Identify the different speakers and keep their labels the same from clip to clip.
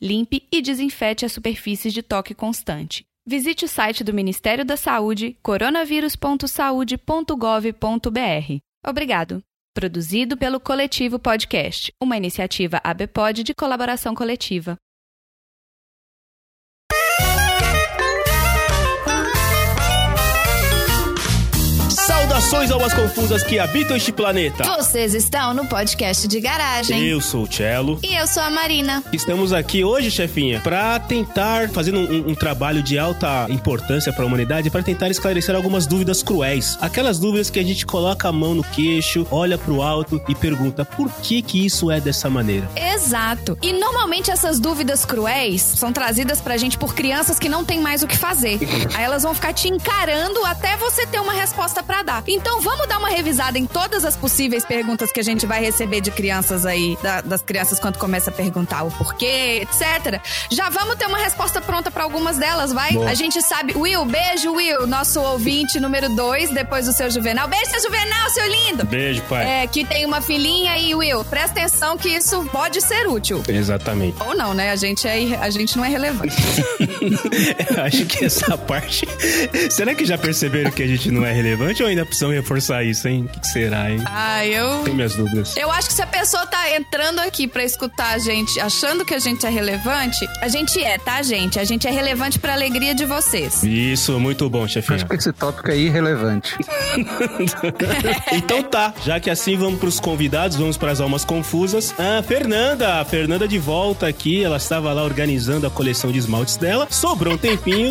Speaker 1: Limpe e desinfete as superfícies de toque constante. Visite o site do Ministério da Saúde, coronavírus.saude.gov.br. Obrigado. Produzido pelo Coletivo Podcast, uma iniciativa ABPOD de colaboração coletiva.
Speaker 2: Saudações almas confusas que habitam este planeta.
Speaker 3: Vocês estão no podcast de garagem.
Speaker 2: Eu sou o Cello.
Speaker 3: E eu sou a Marina.
Speaker 2: Estamos aqui hoje, chefinha, para tentar fazendo um, um trabalho de alta importância para a humanidade, para tentar esclarecer algumas dúvidas cruéis. Aquelas dúvidas que a gente coloca a mão no queixo, olha pro alto e pergunta por que que isso é dessa maneira.
Speaker 3: Exato. E normalmente essas dúvidas cruéis são trazidas pra gente por crianças que não têm mais o que fazer. Aí elas vão ficar te encarando até você ter uma resposta pra dar. Então vamos dar uma revisada em todas as possíveis perguntas que a gente vai receber de crianças aí, da- das crianças quando começa a perguntar o porquê, etc. Já vamos ter uma resposta pronta pra algumas delas, vai?
Speaker 2: Boa.
Speaker 3: A gente sabe. Will, beijo, Will, nosso ouvinte número dois depois do seu Juvenal. Beijo, seu Juvenal, seu lindo!
Speaker 2: Beijo, pai.
Speaker 3: É, que tem uma filhinha e Will, presta atenção que isso pode ser útil.
Speaker 2: Exatamente.
Speaker 3: Ou não, né? A gente, é, irre- a gente não é relevante.
Speaker 2: Acho que essa parte. Será que já perceberam que a gente não é relevante ou ainda precisam reforçar isso, hein? O que que será, hein?
Speaker 3: Ah, eu.
Speaker 2: Tem minhas dúvidas.
Speaker 3: Eu acho que se a pessoa tá entrando aqui pra escutar a gente, achando que a gente é relevante, a gente é, tá, gente? A gente é relevante pra alegria de vocês.
Speaker 2: Isso, muito bom,
Speaker 4: Acho
Speaker 2: chefinha.
Speaker 4: que esse tópico é irrelevante.
Speaker 2: Então tá, já que assim vamos pros convidados, vamos pras almas confusas. Ah, Fernanda, a Fernanda de volta aqui, ela estava lá organizando a coleção de esmaltes dela, sobrou um tempinho.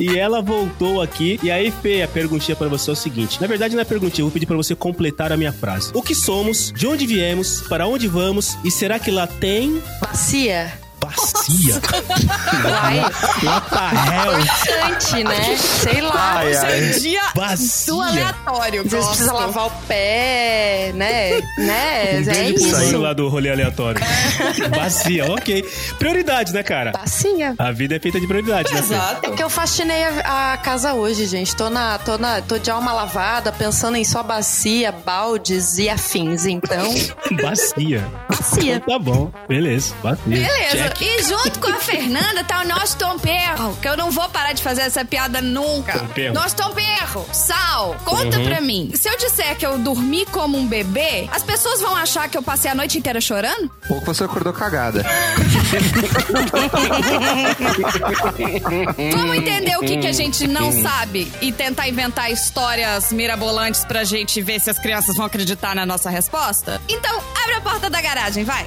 Speaker 2: E ela voltou aqui. E aí, Fê, a perguntinha pra você é o seguinte. Na verdade, não é perguntinha, eu vou pedir pra você completar a minha frase. O que somos? De onde viemos? Para onde vamos? E será que lá tem
Speaker 5: Bacia.
Speaker 2: bacia?
Speaker 5: Uai,
Speaker 2: What the hell?
Speaker 5: importante, né? Sei lá.
Speaker 4: Ai,
Speaker 5: é
Speaker 4: ai.
Speaker 3: Dia do
Speaker 2: Bacia?
Speaker 3: aleatório,
Speaker 5: Às vezes
Speaker 3: gosto.
Speaker 5: precisa lavar o pé, né? né?
Speaker 2: Um
Speaker 5: é
Speaker 2: grande pulinho
Speaker 5: isso.
Speaker 2: lá do rolê aleatório. bacia, ok. Prioridades, né, cara?
Speaker 5: Bacia.
Speaker 2: A vida é feita de prioridades, né, Fê?
Speaker 5: É porque eu faxinei a, a casa hoje, gente. Tô, na, tô, na, tô de alma lavada, pensando em só bacia, baldes e afins. Então,
Speaker 2: Bacia.
Speaker 5: bacia.
Speaker 2: Tá bom, beleza, bacia.
Speaker 3: Beleza.
Speaker 2: Check.
Speaker 3: E junto com a Fernanda tá o nosso Tom Perro, que eu não vou parar de fazer essa piada nunca.
Speaker 2: Tom Perro.
Speaker 3: Nosso Tom Perro. Sal, conta pra mim. Se eu disser que eu dormi como um bebê, as pessoas vão achar que eu passei a noite inteira chorando?
Speaker 4: Ou que você acordou cagada.
Speaker 3: Vamos entender o que, que a gente não sabe e tentar inventar histórias mirabolantes pra gente ver se as crianças vão acreditar na nossa resposta? Então, abre a porta da garagem, vai!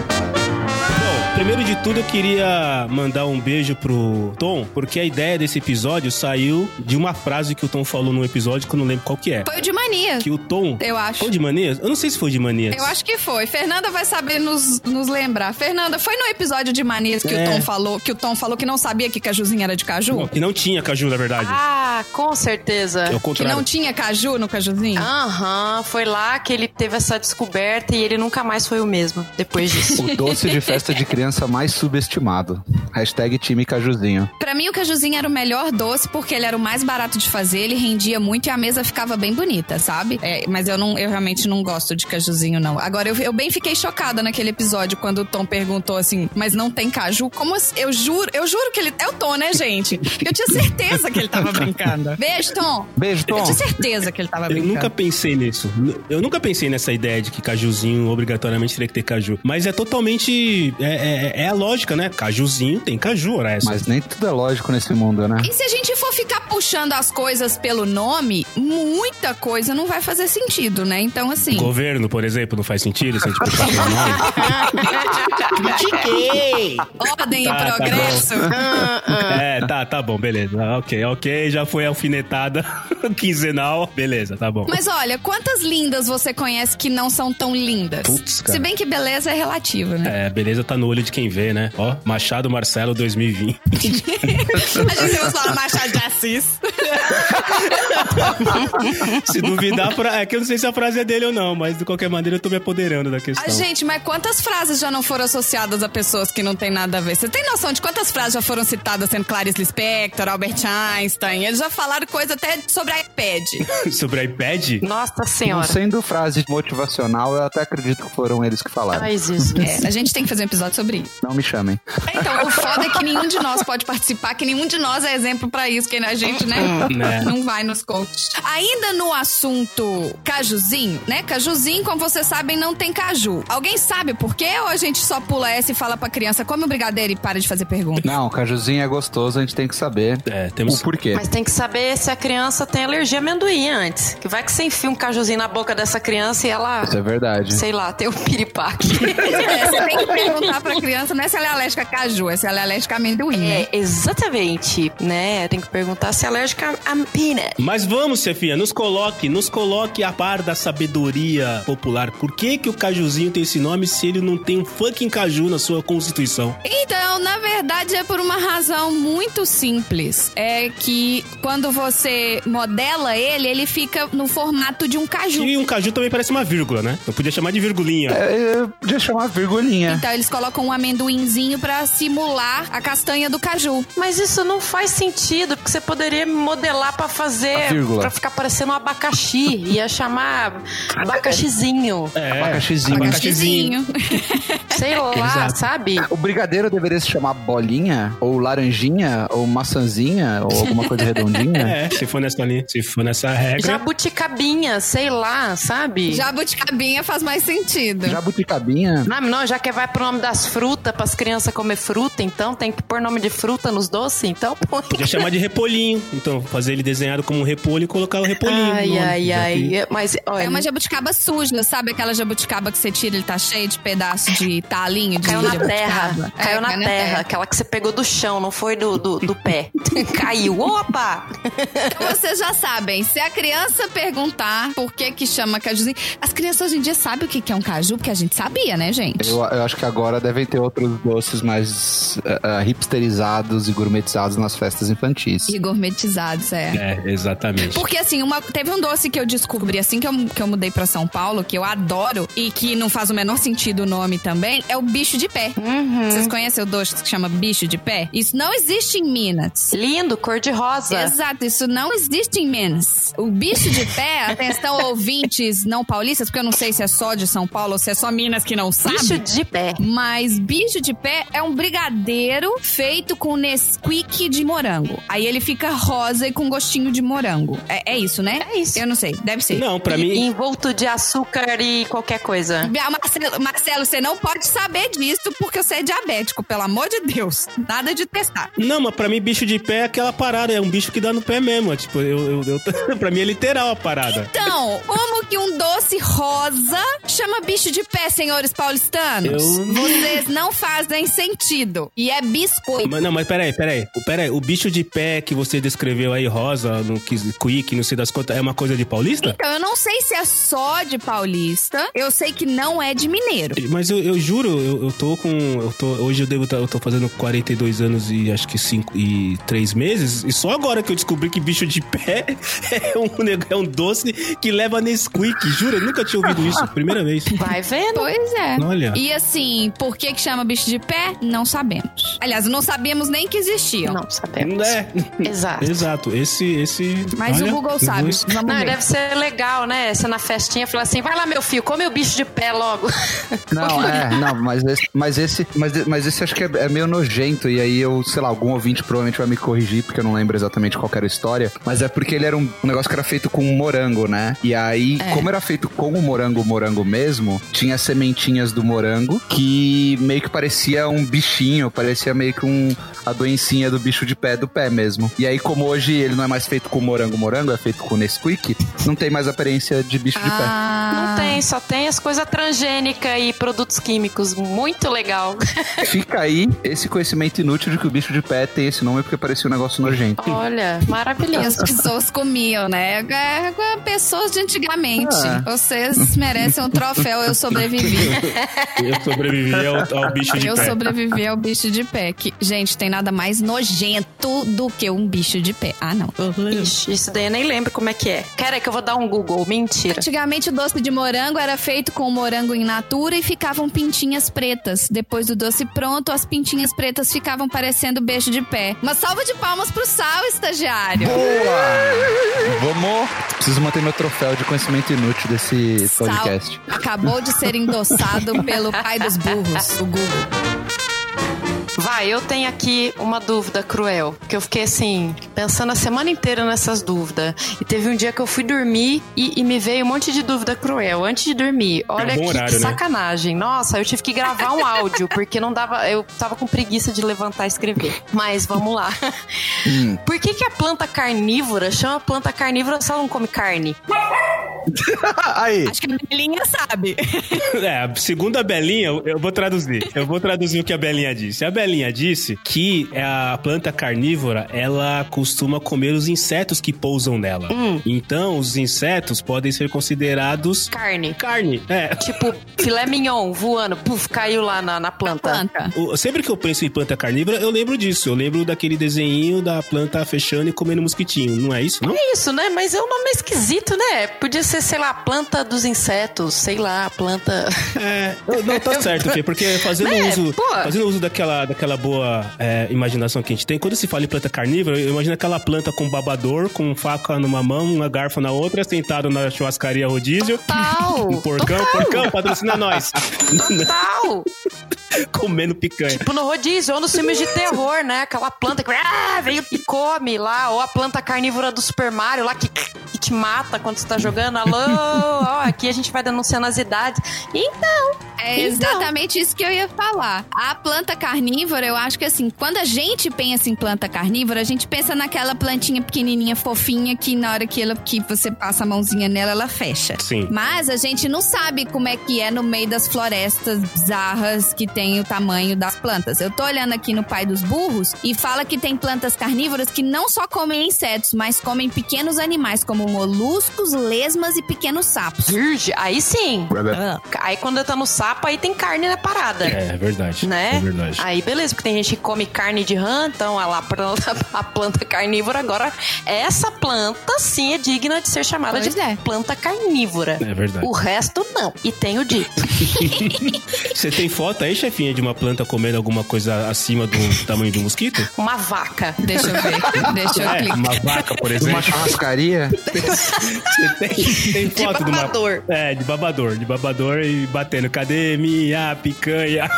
Speaker 2: Bom, primeiro de tudo eu queria mandar um beijo pro Tom, porque a ideia desse episódio saiu de uma frase que o Tom falou num episódio que eu não lembro qual que é.
Speaker 3: Foi o de mania.
Speaker 2: Que o Tom.
Speaker 3: Eu acho.
Speaker 2: Foi de manias? Eu não sei se foi de manias.
Speaker 3: Eu acho que foi. Fernanda vai saber nos, nos lembrar. Fernanda, foi no episódio de manias que
Speaker 2: É.
Speaker 3: o Tom falou, que o Tom falou que não sabia que cajuzinho era de
Speaker 2: Bom,
Speaker 3: caju?
Speaker 2: que não tinha caju, na verdade.
Speaker 5: Ah, com certeza.
Speaker 2: é o
Speaker 3: Que
Speaker 2: contrário.
Speaker 3: não tinha caju no cajuzinho?
Speaker 5: Aham, foi lá que ele teve essa descoberta e ele nunca mais foi o mesmo depois disso.
Speaker 4: O doce de festa de criança mais subestimado. Hashtag time Cajuzinho.
Speaker 3: Pra mim, o cajuzinho era o melhor doce porque ele era o mais barato de fazer, ele rendia muito e a mesa ficava bem bonita, sabe? É, mas eu, não, eu realmente não gosto de cajuzinho, não. Agora, eu, eu bem fiquei chocada naquele episódio quando o Tom perguntou assim: Mas não tem caju? Como assim? Eu juro, eu juro que ele. É o Tom, né, gente? Eu tinha certeza que ele tava brincando. Beijo, Tom!
Speaker 4: Beijo, Tom.
Speaker 3: Eu tinha certeza que ele tava
Speaker 2: Eu
Speaker 3: brincando.
Speaker 2: nunca pensei nisso. Eu nunca pensei nessa ideia de que cajuzinho obrigatoriamente teria que ter caju. Mas é totalmente. É, é- é a lógica, né? Cajuzinho tem caju, ora essa.
Speaker 4: Mas nem tudo é lógico nesse mundo, né?
Speaker 3: E se a gente for ficar puxando as coisas pelo nome, muita coisa não vai fazer sentido, né? Então, assim.
Speaker 2: Governo, por exemplo, não faz sentido se a gente puxar pelo nome?
Speaker 6: Critiquei!
Speaker 3: Ordem
Speaker 2: Tá,
Speaker 3: e
Speaker 2: tá
Speaker 3: progresso.
Speaker 5: Ah,
Speaker 2: É, tá, tá bom, beleza. Ah, Ok, ok, já foi alfinetada quinzenal. Beleza, tá bom.
Speaker 3: Mas olha, quantas lindas você conhece que não são tão lindas?
Speaker 2: Putz, cara.
Speaker 3: Se bem que beleza é relativa, né?
Speaker 2: É, beleza tá no olho de quem vê, né? Ó, Machado Marcelo 2020. É.
Speaker 3: Imagina se você falar Machado de Assis.
Speaker 2: Então. Se duvidar, fra- é que eu não sei se a frase é dele ou não, mas de qualquer maneira eu tô me apoderando da questão.
Speaker 3: Ah, gente, mas quantas frases já não foram associadas a pessoas que não têm nada a ver? Você tem noção de quantas frases já foram citadas sendo Clarice Lispector, Albert Einstein? Eles já falaram coisa até sobre iPad.
Speaker 2: Sobre iPad?
Speaker 5: Nossa
Speaker 4: Não
Speaker 5: senhora.
Speaker 4: sendo frase motivacional, eu até acredito que foram eles que falaram.
Speaker 5: Ai, Jesus.
Speaker 3: É, a gente tem que fazer um episódio sobre isso.
Speaker 4: Não me chamem.
Speaker 3: Então, o foda é que nenhum de nós pode participar, que nenhum de nós é exemplo pra isso, que a gente, né,
Speaker 2: Né.
Speaker 3: não vai nos coaches. Ainda no assunto cajuzinho, né? Cajuzinho, como vocês sabem, não tem caju. Alguém sabe por quê ou a gente só pula essa e fala pra criança come o brigadeiro e para de fazer pergunta?
Speaker 4: Não, cajuzinho é gostoso, a gente tem que saber
Speaker 2: É,
Speaker 4: o
Speaker 2: temos.
Speaker 4: porquê.
Speaker 5: Mas tem que saber se a criança tem alergia a amendoim antes. Que vai que você enfia um cajuzinho na boca dessa criança e ela,
Speaker 4: Isso é verdade.
Speaker 5: sei lá, tem um piripaque.
Speaker 3: É, você tem que perguntar pra criança, não é se ela é alérgica a caju, é se ela é alérgica a amendoim. né?
Speaker 5: É, exatamente, né? Tem que perguntar se é alérgica a peanut.
Speaker 2: Mas vamos, Chefinha, nos coloque, nos coloque a par da sabedoria popular. Por que, que o cajuzinho tem esse nome se ele não tem um fucking caju na sua constituição?
Speaker 3: Então, na verdade, é por uma razão muito simples. É que quando você modela ele, ele fica no formato de um caju.
Speaker 2: E um caju também parece uma vírgula, né? Eu podia chamar de virgulinha.
Speaker 4: É, Eu podia chamar virgulinha.
Speaker 3: Então eles colocam um amendoinzinho pra simular a castanha do caju.
Speaker 5: Mas isso não faz sentido, porque você poderia modelar pra
Speaker 4: A
Speaker 5: fazer.
Speaker 4: vírgula.
Speaker 5: pra ficar parecendo um abacaxi. Ia chamar abacaxizinho.
Speaker 2: É,
Speaker 4: abacaxizinho.
Speaker 2: abacaxizinho.
Speaker 5: Sei lá,
Speaker 4: Exato.
Speaker 5: sabe?
Speaker 4: O brigadeiro deveria se chamar bolinha, ou laranjinha, ou maçãzinha, ou alguma coisa redondinha.
Speaker 2: É, se for nessa linha, se for nessa regra.
Speaker 5: Jabuticabinha, sei lá, sabe?
Speaker 3: Jabuticabinha faz mais
Speaker 6: É.
Speaker 3: sentido.
Speaker 4: Jabuticabinha.
Speaker 5: Não, não, já que vai pro nome das frutas, pras crianças comer fruta, então tem que pôr nome de fruta nos doces, então põe.
Speaker 2: Podia chamar de repolhinho. Então, fazer ele desenhado como um repolho e colocar o repolhinho. no
Speaker 5: Ai,
Speaker 2: nome.
Speaker 5: ai,
Speaker 2: Já
Speaker 5: ai.
Speaker 2: que-
Speaker 5: É, Mas, olha,
Speaker 3: É uma jabuticaba suja, sabe aquela jabuticaba que você tira, ele tá cheio de pedaço de talinho de
Speaker 5: caiu na
Speaker 3: jabuticaba?
Speaker 5: terra.
Speaker 3: É,
Speaker 5: Caiu na terra. Aquela que você pegou do chão, não foi do, do, do pé. caiu. Opa!
Speaker 3: Então vocês já sabem, se a criança perguntar por que que chama cajuzinho, as crianças hoje em dia sabem o que que é um caju, porque a gente sabia, né, gente?
Speaker 4: Eu, eu acho que agora devem ter outros doces mais ah, ah, hipsterizados e gourmetizados nas festas infantis.
Speaker 3: E gourmetizados, é.
Speaker 2: É, exatamente.
Speaker 3: Porque assim, uma, teve um doce que eu descobri assim que eu, que eu mudei pra São Paulo, que eu adoro e que não faz o menor sentido o nome também, é o bicho de pé. Vocês conhecem o doce que chama bicho de pé? Isso não existe em Minas.
Speaker 5: Lindo, cor de rosa.
Speaker 3: Exato, isso não existe em Minas. O bicho de pé, atenção ouvintes não paulistas, porque eu não sei se é só de São Paulo ou se é só Minas que não sabe.
Speaker 5: Bicho de pé.
Speaker 3: Mas bicho de pé é um brigadeiro feito com Nesquik de morango. Aí ele fica rosa e com gostinho de morango. É, é isso, né?
Speaker 5: É isso.
Speaker 3: Eu não sei, deve ser.
Speaker 2: Não, pra
Speaker 5: E-
Speaker 2: mim.
Speaker 5: Envolto de açúcar e qualquer coisa.
Speaker 3: Ah, Marcelo, Marcelo, você não pode saber disso porque você é diabético, pelo amor de Deus. Nada de testar.
Speaker 2: Não, mas pra mim, bicho de pé é aquela parada. É um bicho que dá no pé mesmo. é Tipo, eu, eu, eu- pra mim é literal a parada.
Speaker 3: Então, como que um doce rosa chama bicho de pé, senhores paulistanos?
Speaker 2: Eu-
Speaker 3: Vocês não fazem sentido. E é biscoito.
Speaker 2: Mas, não, mas peraí, peraí. O- Peraí, o bicho de pé que você descreveu aí, rosa, no quis- quick, não sei das contas, é uma coisa de paulista?
Speaker 3: Então, eu não sei se é só de paulista. Eu sei que não é de mineiro.
Speaker 2: Mas eu, eu juro, eu, eu tô com. Eu tô, hoje eu devo tá, eu tô fazendo 42 anos e acho que 5 e 3 meses. E só agora que eu descobri que bicho de pé é um, neg- é um doce que leva Nesquik. Juro, eu nunca tinha ouvido isso. Primeira vez.
Speaker 5: Vai vendo.
Speaker 3: Pois é.
Speaker 2: Olha.
Speaker 3: E assim, por que que chama bicho de pé? Não sabemos. Aliás, não sabíamos nem que existiam.
Speaker 5: Não sabemos.
Speaker 2: É,
Speaker 5: Exato.
Speaker 2: exato. Esse. esse
Speaker 3: Mas
Speaker 2: olha,
Speaker 3: o Google
Speaker 2: eu
Speaker 3: sabe.
Speaker 2: vou-
Speaker 3: Vamos
Speaker 5: Não,
Speaker 3: ver.
Speaker 5: deve ser legal, né? Você na festinha fala assim: vai lá, meu filho, come o bicho de pé logo.
Speaker 4: Não, é, não, mas esse, mas esse, mas, mas esse acho que é, é meio nojento, e aí eu, sei lá, algum ouvinte provavelmente vai me corrigir, porque eu não lembro exatamente qual que era a história, mas é porque ele era um, um negócio que era feito com morango, né? E aí, como era feito com o morango, morango mesmo, tinha as sementinhas do morango que meio que parecia um bichinho, parecia meio que um, a doencinha do bicho de pé do pé mesmo. E aí, como hoje ele não é mais feito com morango, morango, é feito com Nesquik, não tem mais aparência de bicho de pé.
Speaker 5: Não tem, só tem as coisas transgênicas e produtos químicos. Muito legal.
Speaker 4: Fica aí esse conhecimento inútil de que o bicho de pé tem esse nome porque parecia um negócio nojento.
Speaker 5: Olha,
Speaker 6: E as
Speaker 5: maravilhoso.
Speaker 6: pessoas comiam, né? É, é, Pessoas de antigamente.
Speaker 4: Ah.
Speaker 6: Vocês merecem um troféu. Eu sobrevivi.
Speaker 2: Eu sobrevivi ao, ao bicho de
Speaker 6: Eu
Speaker 2: pé.
Speaker 6: sobrevivi ao bicho de pé. Que, gente, tem nada mais nojento do que um bicho de pé. Ah, não.
Speaker 5: Uhum. Ixi, isso daí eu nem lembro como é que é. Cara, é que eu vou dar um Google. Mentira.
Speaker 6: Antigamente o doce de morango era feito com morango in natura e ficavam pintinhas pretas. Depois do doce pronto, as pintinhas pretas ficavam parecendo beijo de pé. Uma salva de palmas pro sal, estagiário.
Speaker 4: Boa! Vamos! Preciso manter meu troféu de conhecimento inútil desse
Speaker 6: Sal
Speaker 4: podcast.
Speaker 6: acabou de ser endossado pelo pai dos burros, o Google.
Speaker 5: Vai, eu tenho aqui uma dúvida cruel. Que eu fiquei assim, pensando a semana inteira nessas dúvidas. E teve um dia que eu fui dormir e, e me veio um monte de dúvida cruel antes de dormir. Olha
Speaker 2: bom
Speaker 5: que
Speaker 2: horário, né?
Speaker 5: sacanagem. Nossa, eu tive que gravar um áudio, porque não dava. Eu tava com preguiça de levantar e escrever. Mas vamos lá.
Speaker 2: Hum.
Speaker 5: Por que, que a planta carnívora chama planta carnívora se ela não come carne?
Speaker 4: aí!
Speaker 6: Acho que a Melinha sabe.
Speaker 2: É, segundo a Belinha, eu eu vou traduzir. Eu vou traduzir o que a Belinha disse. A Belinha disse que é, a planta carnívora, ela costuma comer os insetos que pousam nela.
Speaker 5: Hum.
Speaker 2: Então, os insetos podem ser considerados
Speaker 5: Carne.
Speaker 2: carne. É.
Speaker 5: Tipo, filé mignon voando, puf, caiu lá na, na planta.
Speaker 6: Planta.
Speaker 2: O- Sempre que eu penso em planta carnívora, eu lembro disso. Eu lembro daquele desenho da planta fechando e comendo mosquitinho. Não é isso, não?
Speaker 5: É isso, né? Mas é um nome esquisito, né? Podia ser, sei lá, planta dos insetos, sei lá, planta.
Speaker 2: É, eu- não, tá certo, Fê, porque fazendo,
Speaker 5: Né?
Speaker 2: uso,
Speaker 5: Pô.
Speaker 2: fazendo uso daquela, daquela boa é, imaginação que a gente tem, quando se fala em planta carnívora, eu imagino aquela planta com um babador, com faca numa mão, uma garfa na outra, sentado na churrascaria rodízio.
Speaker 5: Tal!
Speaker 2: Um porcão, porcão, patrocina nós.
Speaker 5: Tal!
Speaker 2: Comendo picanha.
Speaker 5: Tipo no rodízio, ou nos filmes de terror, né? Aquela planta que ah, veio e come lá, ou a planta carnívora do Super Mario lá que, que te mata quando você tá jogando. Alô, ó, aqui a gente vai denunciando as idades. Então,
Speaker 6: É exatamente isso que eu ia falar. A planta carnívora, eu acho que assim, quando a gente pensa em planta carnívora, a gente pensa naquela plantinha pequenininha, fofinha, que na hora que, ela, que você passa a mãozinha nela, ela fecha.
Speaker 2: Sim.
Speaker 6: Mas a gente não sabe como é que é no meio das florestas bizarras que tem o tamanho das plantas. Eu tô olhando aqui no Pai dos Burros e fala que tem plantas carnívoras que não só comem insetos, mas comem pequenos animais, como moluscos, lesmas e pequenos sapos.
Speaker 5: virgem, aí sim. Aí quando tá no sapo, aí tem carne na parada.
Speaker 2: É, é verdade.
Speaker 5: Né?
Speaker 2: É verdade.
Speaker 5: Aí beleza, porque tem gente que come carne de rã, então a, lá, a planta- a planta carnívora. Agora, essa planta sim é digna de ser chamada
Speaker 6: Pois
Speaker 5: de
Speaker 6: é.
Speaker 5: planta carnívora.
Speaker 2: É verdade.
Speaker 5: O resto não. E tenho dito.
Speaker 2: Você tem foto aí, chefinha, de uma planta comendo alguma coisa acima do tamanho de um mosquito?
Speaker 5: Uma vaca.
Speaker 6: Deixa eu ver, deixa eu
Speaker 2: É,
Speaker 6: clicar.
Speaker 2: uma vaca, por exemplo.
Speaker 4: Uma churrascaria?
Speaker 2: Você tem, tem foto de uma-
Speaker 5: babador.
Speaker 2: É, de babador. De babador e batendo. Cadê minha picanha?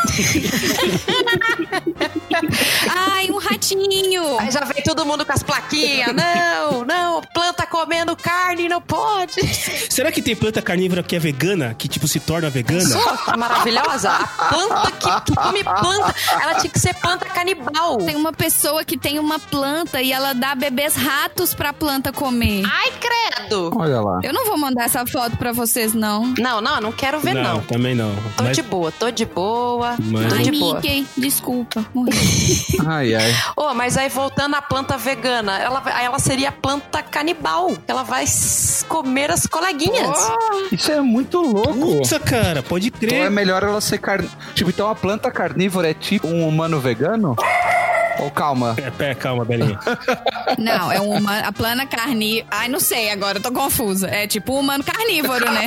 Speaker 6: Ai, um ratinho!
Speaker 5: Aí já vem todo mundo com as plaquinhas. Não, não, planta comendo carne, não pode.
Speaker 2: Será que tem planta carnívora que é vegana? Que, tipo, se torna vegana?
Speaker 5: Só que maravilhosa. A planta que, que come planta, ela tinha que ser planta canibal.
Speaker 6: Tem uma pessoa que tem uma planta e ela dá bebês ratos pra planta comer.
Speaker 5: Ai, credo.
Speaker 4: Olha lá.
Speaker 6: Eu não vou mandar essa foto pra vocês, não.
Speaker 5: Não, não, não quero ver,
Speaker 2: não,
Speaker 5: não.
Speaker 2: também não.
Speaker 5: Tô
Speaker 2: Mas
Speaker 5: de boa, tô de boa,
Speaker 2: Mas-
Speaker 5: tô
Speaker 6: Ai,
Speaker 5: de boa.
Speaker 6: Mickey, desculpa, morri.
Speaker 4: Ai, ai.
Speaker 5: Ô, mas aí voltando à planta vegana, ela, aí ela seria a planta canibal. Ela vai s- comer as coleguinhas.
Speaker 4: Isso é muito louco.
Speaker 2: Nossa, cara, pode
Speaker 4: Então é
Speaker 2: crer.
Speaker 4: melhor ela ser carne. Tipo, então a planta carnívora é tipo um humano vegano? Ou calma.
Speaker 2: É, pé, calma, Belinha.
Speaker 6: Não, é um humano. A plana carni. Ai, não sei agora, eu tô confusa. É tipo um humano carnívoro, né?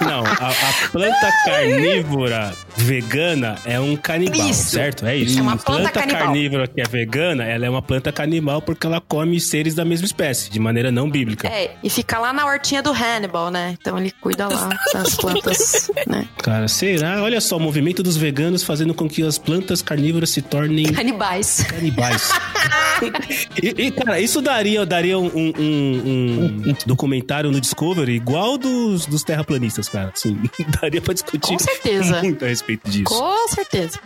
Speaker 2: Não, a, a planta carnívora vegana é um canibal,
Speaker 5: Isso.
Speaker 2: certo? É isso.
Speaker 5: É uma
Speaker 2: A
Speaker 5: planta canibal.
Speaker 2: carnívora que é vegana, ela é uma planta canibal porque ela come seres da mesma espécie, de maneira não bíblica.
Speaker 5: É, e fica lá na hortinha do Hannibal, né? Então ele cuida lá das plantas, né?
Speaker 2: Cara, será? Olha só, o movimento dos veganos fazendo com que as plantas carnívoras se tornem
Speaker 5: Canibais.
Speaker 2: canibais. e, e, cara, isso daria, daria um, um- um- um documentário no Discovery igual dos, dos terraplanistas, cara. Assim, daria pra discutir
Speaker 5: Com certeza.
Speaker 2: muito a respeito disso.
Speaker 5: Com certeza.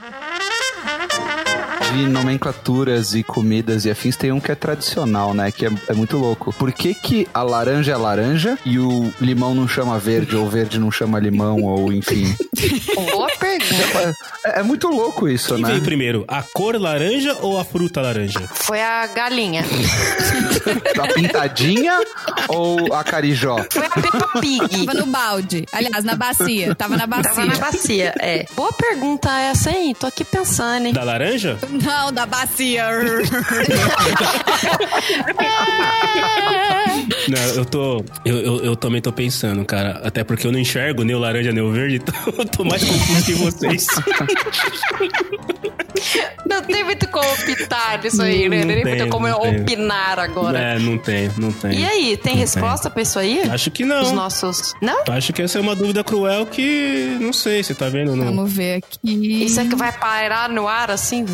Speaker 4: de nomenclaturas e comidas e afins, tem um que é tradicional, né? Que é, é muito louco. Por que, que a laranja é laranja e o limão não chama verde, ou verde não chama limão, ou enfim.
Speaker 5: Boa pergunta.
Speaker 4: É, é muito louco isso,
Speaker 2: Quem
Speaker 4: né?
Speaker 2: veio primeiro, a cor laranja ou a fruta laranja?
Speaker 5: Foi a galinha.
Speaker 4: A Tá pintadinha ou a carijó?
Speaker 5: Foi a Peppa Pig.
Speaker 6: Tava no balde. Aliás, na bacia. Tava na bacia.
Speaker 5: Tava na bacia, é. Boa pergunta essa, hein? Tô aqui pensando, hein?
Speaker 2: Da laranja?
Speaker 6: Não, da bacia.
Speaker 2: Não, eu tô. Eu, eu, eu também tô pensando, cara. Até porque eu não enxergo nem o laranja nem o verde, então eu tô mais confuso que vocês.
Speaker 5: Não tem muito como optar isso aí, né?
Speaker 2: Não
Speaker 5: Não tem
Speaker 2: tem,
Speaker 5: muito como eu
Speaker 2: não tem.
Speaker 5: opinar agora.
Speaker 2: É, não tem, não tem.
Speaker 5: E aí, tem resposta pra isso aí?
Speaker 2: Acho que
Speaker 5: Os
Speaker 2: não.
Speaker 5: nossos. Não?
Speaker 2: Acho que essa é uma dúvida cruel que. Não sei, você tá vendo? Não.
Speaker 6: Vamos ver aqui.
Speaker 5: Isso é que vai pairar no ar assim?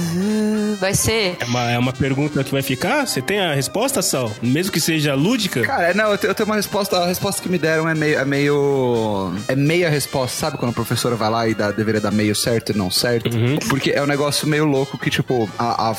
Speaker 5: Vai ser.
Speaker 2: É uma, é uma pergunta que vai ficar? Você tem a resposta, Sal? Mesmo que seja lúdica?
Speaker 4: Cara, é, não, eu te- eu tenho uma resposta. A resposta que me deram é meio. É, meio, é meia resposta, sabe? Quando a professora vai lá e dá, deveria dar meio certo e não certo. Porque é um negócio meio louco que, tipo, a. a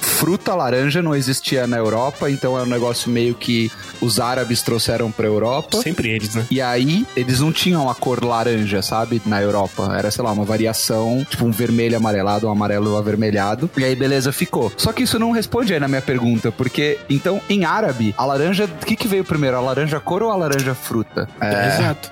Speaker 4: Fruta laranja não existia na Europa, então é um negócio meio que os árabes trouxeram pra Europa.
Speaker 2: Sempre eles, né?
Speaker 4: E aí, eles não tinham a cor laranja, sabe? Na Europa. Era, sei lá, uma variação, tipo um vermelho amarelado, um amarelo avermelhado. E aí, beleza, ficou. Só que isso não responde aí na minha pergunta, porque, então, em árabe, a laranja, o que, que veio primeiro? A laranja cor ou a laranja fruta?
Speaker 2: Exato.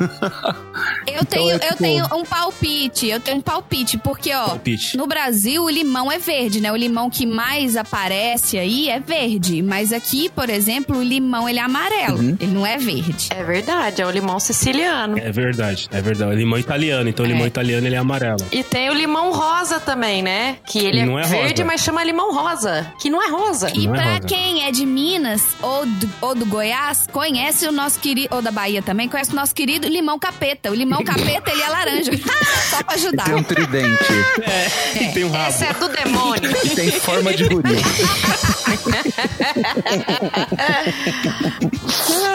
Speaker 6: Eu, tenho,
Speaker 4: é
Speaker 6: eu
Speaker 4: tipo-
Speaker 6: tenho um palpite. Eu tenho um palpite, porque, ó.
Speaker 2: Palpite.
Speaker 6: No Brasil, o limão é verde, né? O limão que mais aparece aí é verde. Mas aqui, por exemplo, o limão ele é amarelo.
Speaker 4: Uhum.
Speaker 6: Ele não é verde.
Speaker 5: É verdade, é o limão siciliano.
Speaker 2: É verdade, é verdade. É limão italiano, então o limão italiano ele é amarelo.
Speaker 5: E tem o limão rosa também, né? Que ele
Speaker 2: Não
Speaker 5: é,
Speaker 2: é
Speaker 5: verde,
Speaker 2: rosa.
Speaker 5: mas chama limão rosa. Que não é rosa.
Speaker 6: E
Speaker 2: Não é
Speaker 6: pra
Speaker 2: rosa.
Speaker 6: quem é de Minas ou do, ou do Goiás, conhece o nosso querido. Ou da Bahia também, conhece o nosso querido limão capeta. O limão capeta, ele é laranja. Só pra
Speaker 4: E
Speaker 6: ajudar.
Speaker 4: tem um tridente.
Speaker 2: É, tem um rabo.
Speaker 5: Esse é do demônio.
Speaker 4: e tem forma de guri.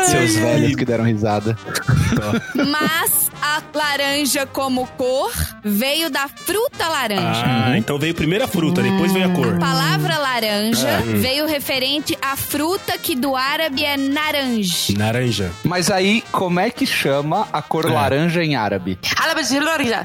Speaker 4: Seus velhos que deram risada.
Speaker 6: Mas a laranja como cor veio da fruta laranja.
Speaker 2: Ah, então veio primeiro a fruta, depois veio a cor.
Speaker 6: A palavra laranja
Speaker 4: Ah.
Speaker 6: veio referente à fruta que do árabe é naranja.
Speaker 2: Naranja.
Speaker 4: Mas aí, como é que chama a cor
Speaker 6: É.
Speaker 4: laranja em árabe?
Speaker 5: Alabajilorila.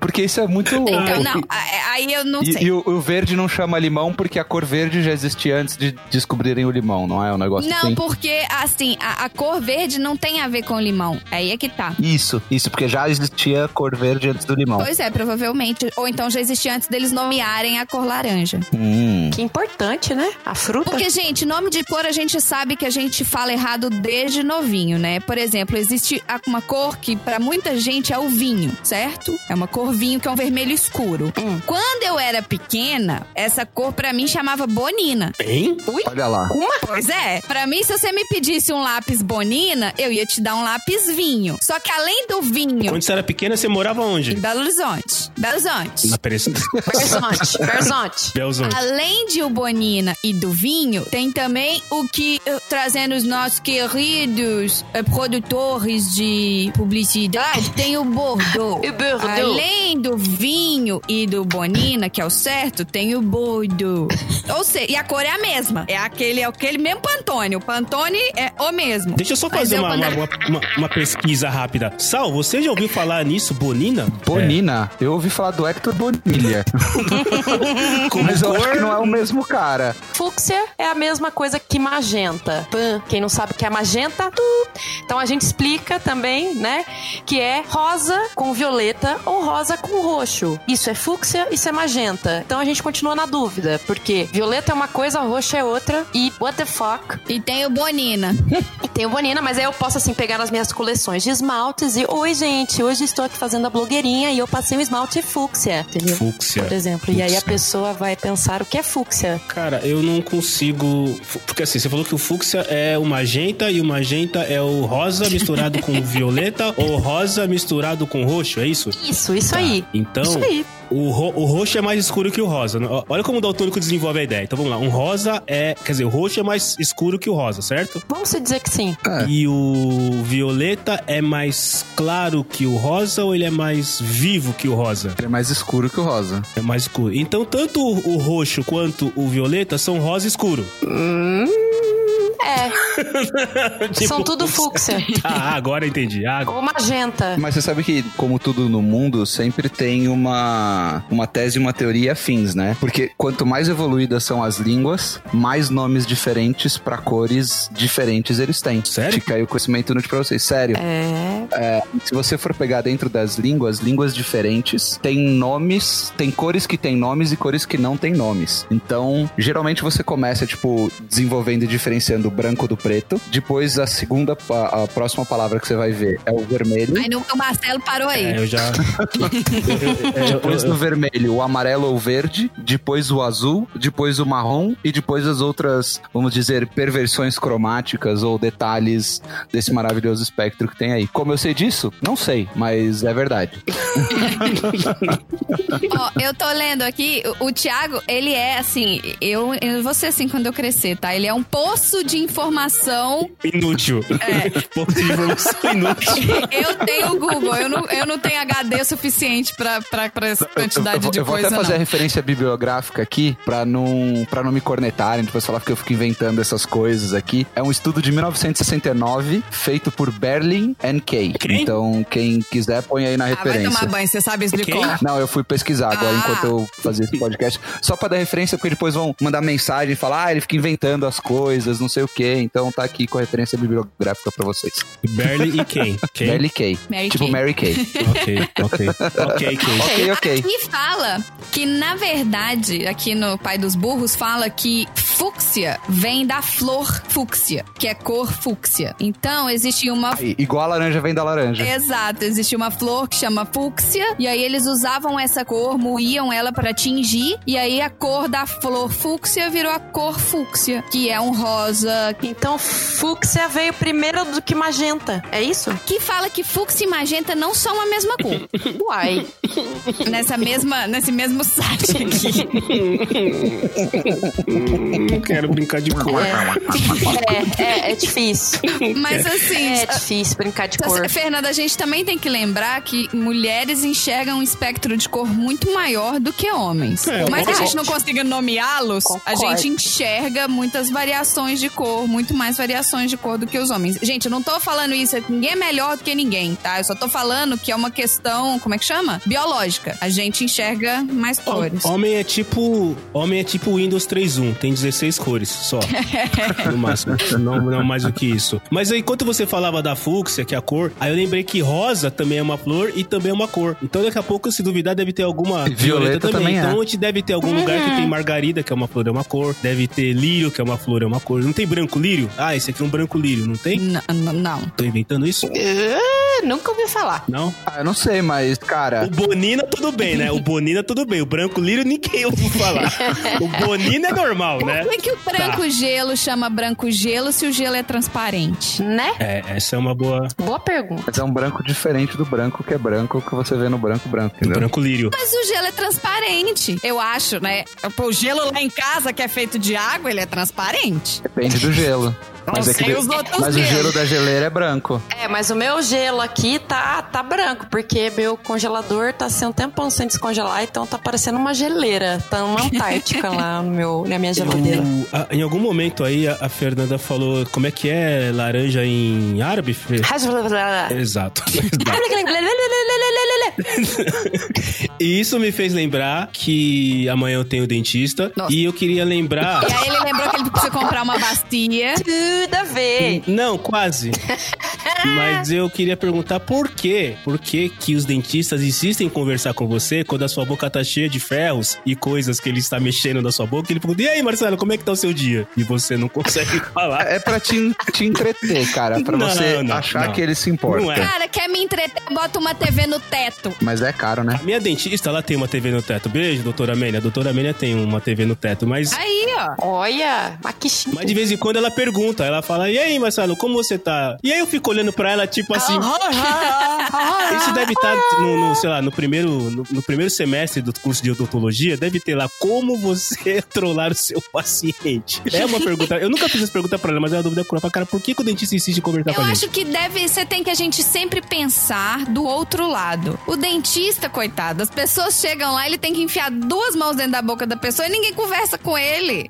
Speaker 4: Porque isso é muito louco.
Speaker 6: Então, não, a- aí eu não
Speaker 4: E,
Speaker 6: sei.
Speaker 4: e o, o verde não chama limão porque a cor verde já existia antes de descobrirem o limão, não é um negócio
Speaker 6: Não,
Speaker 4: assim?
Speaker 6: porque assim, a, a cor verde não tem a ver com limão. Aí é que tá.
Speaker 4: Isso, isso, porque já existia cor verde antes do limão.
Speaker 6: Pois é, provavelmente. Ou então já existia antes deles nomearem a cor laranja.
Speaker 4: Hum.
Speaker 5: Que importante, né? A fruta.
Speaker 6: Porque, gente, nome de cor a gente sabe que a gente fala errado desde novinho, né? Por exemplo, existe a- uma cor que pra muita gente é o vinho, certo? É uma cor vinho que é um vermelho escuro. Quando eu era pequena, essa cor pra mim chamava bonina.
Speaker 2: Hein?
Speaker 4: Olha lá.
Speaker 6: Pois é, pra mim, se você me pedisse um lápis bonina, eu ia te dar um lápis vinho. Só que além do vinho,
Speaker 2: Quando você era pequena, você morava onde?
Speaker 6: em Belo Horizonte. Belo Horizonte.
Speaker 2: Na Pereira.
Speaker 5: Berzonte. Berzonte.
Speaker 2: Belzonte.
Speaker 6: Além de o Bonina e do vinho, tem também o que, eh, trazendo os nossos queridos eh, produtores de publicidade, tem o Bordeaux.
Speaker 5: E Bordeaux.
Speaker 6: Além do vinho e do Bonina, que é o certo, tem o Bordeaux. Ou seja, e a cor é a mesma. É aquele, é aquele mesmo Pantone. O Pantone é o mesmo.
Speaker 2: Deixa eu só
Speaker 6: Mas
Speaker 2: fazer
Speaker 5: é
Speaker 6: eu
Speaker 2: uma,
Speaker 6: quando-
Speaker 2: uma, uma- uma pesquisa rápida. Sal, você já ouviu falar nisso, Bonina?
Speaker 4: Bonina, eu ouvi falar do Hector Bonilha. mas eu acho que não é o mesmo cara.
Speaker 5: Fúcsia é a mesma coisa que magenta. Pan. Quem não sabe o que é magenta, tu. Então a gente explica também, né? Que é rosa com violeta ou rosa com roxo. Isso é fúcsia, isso é magenta. Então a gente continua na dúvida, porque violeta é uma coisa, roxo é outra. E what the fuck?
Speaker 6: E tem o Bonina.
Speaker 5: E tem o Bonina, mas aí eu posso assim pegar nas minhas coleções de esmaltes e oi, gente, hoje estou aqui fazendo a blogueirinha e eu passei um esmalte fúcsia, entendeu?
Speaker 2: É, Fúcsia.
Speaker 5: Por exemplo, e aí a
Speaker 2: Fúcsia.
Speaker 5: pessoa vai pensar o que é fúcsia.
Speaker 2: Cara, eu não consigo. Porque assim, você falou que o fúcsia é o magenta e o magenta é o rosa misturado com violeta ou rosa misturado com roxo, é isso?
Speaker 5: Isso, isso aí.
Speaker 2: Então,
Speaker 5: Isso aí.
Speaker 2: o, ro- o roxo é mais escuro que o rosa. né? Ó, Olha como o daltônico desenvolve a ideia. Então vamos lá, um rosa é. Quer dizer, o roxo é mais escuro que o rosa, certo?
Speaker 5: Vamos se dizer que sim.
Speaker 4: É.
Speaker 2: E o violeta é mais claro que o rosa ou ele é mais vivo que o rosa?
Speaker 4: Ele é mais escuro que o rosa.
Speaker 2: É mais escuro. Então, tanto o o roxo quanto o violeta são rosa escuro.
Speaker 5: É,
Speaker 2: Tipo,
Speaker 5: são tudo fúcsia.
Speaker 2: Ah, agora entendi. Ah,
Speaker 5: Ou magenta.
Speaker 4: Mas você sabe que, como tudo no mundo, sempre tem uma, uma tese e uma teoria afins, né? Porque quanto mais evoluídas são as línguas, mais nomes diferentes pra cores diferentes eles têm.
Speaker 2: Sério?
Speaker 4: Fica aí o conhecimento inútil pra vocês. Sério.
Speaker 5: É.
Speaker 4: Se você for pegar dentro das línguas, línguas diferentes têm nomes, tem cores que têm nomes e cores que não têm nomes. Então, geralmente você começa, tipo, desenvolvendo e diferenciando o branco do preto. Depois, a segunda, a, a próxima palavra que você vai ver é o vermelho.
Speaker 6: Aí no, o Marcelo parou aí.
Speaker 2: é, eu já. É, Eu- eu- eu-
Speaker 4: Depois do vermelho, o amarelo ou verde, depois o azul, depois o marrom e depois as outras, vamos dizer, perversões cromáticas ou detalhes desse maravilhoso espectro que tem aí. Como eu sei disso? Não sei, mas é verdade.
Speaker 6: Ó, eu tô lendo aqui, o, o Thiago, ele é assim, eu, eu vou ser assim quando eu crescer, tá? Ele é um poço de informação.
Speaker 2: Inútil. Ponto de evolução inútil.
Speaker 6: Eu tenho o Google, eu não, eu não tenho HD suficiente pra, pra, pra essa
Speaker 4: eu,
Speaker 6: quantidade
Speaker 4: vou-
Speaker 6: de
Speaker 4: eu vou
Speaker 6: coisa,
Speaker 4: até fazer a
Speaker 6: não.
Speaker 4: referência bibliográfica aqui pra não para não me cornetarem, depois falar que eu fico inventando essas coisas aqui. É um estudo de 1969 feito por Berlin and Kay.
Speaker 2: Quem?
Speaker 4: Então, quem quiser põe aí na
Speaker 7: Ah, vai
Speaker 4: referência.
Speaker 7: tomar banho, você sabe explicar.
Speaker 2: Quem?
Speaker 4: Não, eu fui pesquisar agora
Speaker 6: Ah.
Speaker 4: enquanto eu fazia esse podcast. Só pra dar referência, porque depois vão mandar mensagem e falar, ah, ele fica inventando as coisas, não sei o quê. Então tá aqui com a referência bibliográfica pra vocês.
Speaker 2: Berly e quem? Quem?
Speaker 4: Mary Kay.
Speaker 6: Mary
Speaker 4: tipo
Speaker 6: Kay.
Speaker 4: Mary Kay.
Speaker 2: Ok, ok. Ok, Kay.
Speaker 4: ok, ok.
Speaker 6: Aqui fala que, na verdade, aqui no Pai dos Burros, fala que fúcsia vem da flor fúcsia, que é cor fúcsia. Então, existe uma
Speaker 4: Aí, Igual a laranja vem da laranja.
Speaker 6: Exato, existia uma flor que chama fúcsia, e aí eles usavam essa cor, moíam ela pra tingir, e aí a cor da flor fúcsia virou a cor fúcsia, que é um rosa.
Speaker 5: Então, fúcsia veio primeiro do que magenta. É isso?
Speaker 6: Que fala que fúcsia e magenta não são a mesma cor.
Speaker 5: Uai.
Speaker 6: nessa mesma, nesse mesmo site aqui.
Speaker 2: Não quero brincar de cor.
Speaker 5: É, é, é difícil.
Speaker 6: Mas assim.
Speaker 5: É difícil brincar de cor.
Speaker 6: a- Fernanda, a gente também tem que lembrar que mulheres enxergam um espectro de cor muito maior do que homens.
Speaker 2: É,
Speaker 6: Por mais que a
Speaker 2: concordo.
Speaker 6: gente não consiga nomeá-los, a
Speaker 5: Concordo.
Speaker 6: gente enxerga muitas variações de cor, muito mais variações de cor do que os homens. Gente, eu não tô falando isso, ninguém é melhor do que ninguém, tá? Eu só tô falando que é uma questão, como é que chama? Biológica. A gente enxerga mais cores.
Speaker 2: Homem é tipo. Homem é tipo Windows 3.1, tem 16 cores só. No máximo. Não, não mais do que isso. Mas aí, enquanto você falava da fúcsia, que é a cor, aí eu lembrei que rosa também é uma flor e também é uma cor. Então daqui a pouco, se duvidar, deve ter alguma.
Speaker 4: E violeta também é.
Speaker 2: então a gente deve ter algum lugar que tem
Speaker 5: Uhum.
Speaker 2: margarida, que é uma flor, é uma cor. Deve ter lírio, que é uma flor, é uma cor. Não tem branco lírio? Ah, esse aqui é um branco lírio, não tem?
Speaker 6: N- n- não.
Speaker 2: Tô inventando isso?
Speaker 5: Ah, nunca ouvi falar.
Speaker 2: Não?
Speaker 4: Ah, eu não sei, mas, cara.
Speaker 2: O Bonina, tudo bem, né? O Bonina, tudo bem. O Branco Lírio, ninguém ouviu falar. O Bonina é normal, né?
Speaker 6: Por que, que o branco gelo chama branco gelo se o gelo é transparente?
Speaker 5: Né?
Speaker 2: É, essa é uma boa.
Speaker 5: Boa pergunta.
Speaker 4: Mas é um branco diferente do branco que é branco que você vê no branco branco,
Speaker 2: O
Speaker 4: entendeu?
Speaker 2: Branco Lírio.
Speaker 6: Mas o gelo é transparente, eu acho, né?
Speaker 7: Pô, o gelo lá em casa, que é feito de água, ele é transparente.
Speaker 4: Depende do gelo.
Speaker 7: Não
Speaker 4: Mas, é que
Speaker 7: sei
Speaker 4: de-
Speaker 7: os outros
Speaker 4: mas o
Speaker 7: gelos.
Speaker 4: gelo da geleira é branco.
Speaker 5: É, mas o meu gelo aqui tá, tá branco, porque meu congelador tá sem um tempão sem descongelar, então tá parecendo uma geleira. Tá uma Antártica lá no meu, na minha geladeira.
Speaker 2: Eu- a- em algum momento aí, a, a Fernanda falou como é que é laranja em árabe, Fê? Exato. Exato. E isso me fez lembrar que amanhã eu tenho dentista.
Speaker 6: Nossa.
Speaker 2: E eu queria lembrar.
Speaker 6: E aí ele lembrou que ele precisa comprar uma bacia.
Speaker 5: Tudo a ver.
Speaker 2: Não, Hum, quase. Mas eu queria perguntar por quê? Por que que os dentistas insistem em conversar com você quando a sua boca tá cheia de ferros e coisas que ele está mexendo na sua boca? Ele pergunta, e aí, Marcelo, como é que tá o seu dia? E você não consegue falar.
Speaker 4: É pra te, te entreter, cara. Pra
Speaker 2: Ah. Não,
Speaker 4: você
Speaker 2: não,
Speaker 4: achar
Speaker 2: não.
Speaker 4: que ele se importa.
Speaker 2: Não é.
Speaker 3: Cara, quer me entreter? Bota uma TV no teto.
Speaker 4: Mas é caro, né?
Speaker 2: A minha dentista, ela tem uma TV no teto. Beijo, doutora Amélia. A doutora Amélia tem uma TV no teto, mas...
Speaker 3: Aí, ó.
Speaker 5: Olha, mas que chique.
Speaker 2: Mas de vez em quando ela pergunta, ela fala, e aí, Marcelo, como você tá? E aí eu fico olhando pra ela, tipo assim, Isso deve
Speaker 5: Ah,
Speaker 2: estar no, no, sei lá, no primeiro, no, no primeiro semestre do curso de odontologia, deve ter lá como você trollar o seu paciente. É uma pergunta. Eu nunca fiz essa pergunta pra ela, mas é uma dúvida que eu falo, cara, por que, que o dentista insiste em conversar com
Speaker 3: Eu
Speaker 2: a
Speaker 3: acho
Speaker 2: gente?
Speaker 3: que deve, você tem que a gente sempre pensar do outro lado. O dentista, coitado, as pessoas chegam lá, ele tem que enfiar duas mãos dentro da boca da pessoa e ninguém conversa com ele.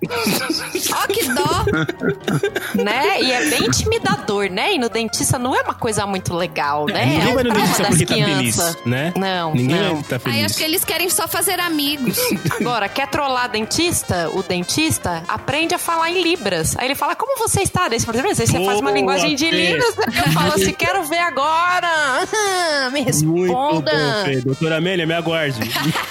Speaker 3: Ó que dó.
Speaker 5: né? E é bem intimidador, né? E no dentista não é uma coisa muito legal, né?
Speaker 2: É, Ninguém vai no dentista porque tá
Speaker 5: crianças.
Speaker 2: feliz, né?
Speaker 5: Não,
Speaker 2: Ninguém
Speaker 5: não.
Speaker 2: vai tá
Speaker 3: Aí acho
Speaker 2: feliz.
Speaker 3: que eles querem só fazer amigos.
Speaker 5: Agora, quer trollar dentista? O dentista aprende a falar em Libras. Aí ele fala, como você está? Daí você fala, "Mas aí você faz uma
Speaker 2: Boa,
Speaker 5: linguagem de
Speaker 2: Fê.
Speaker 5: Libras. Aí eu falo assim, quero ver agora. Me
Speaker 2: Muito
Speaker 5: responda.
Speaker 2: bom, Fê. Doutora Amélia, me aguarde.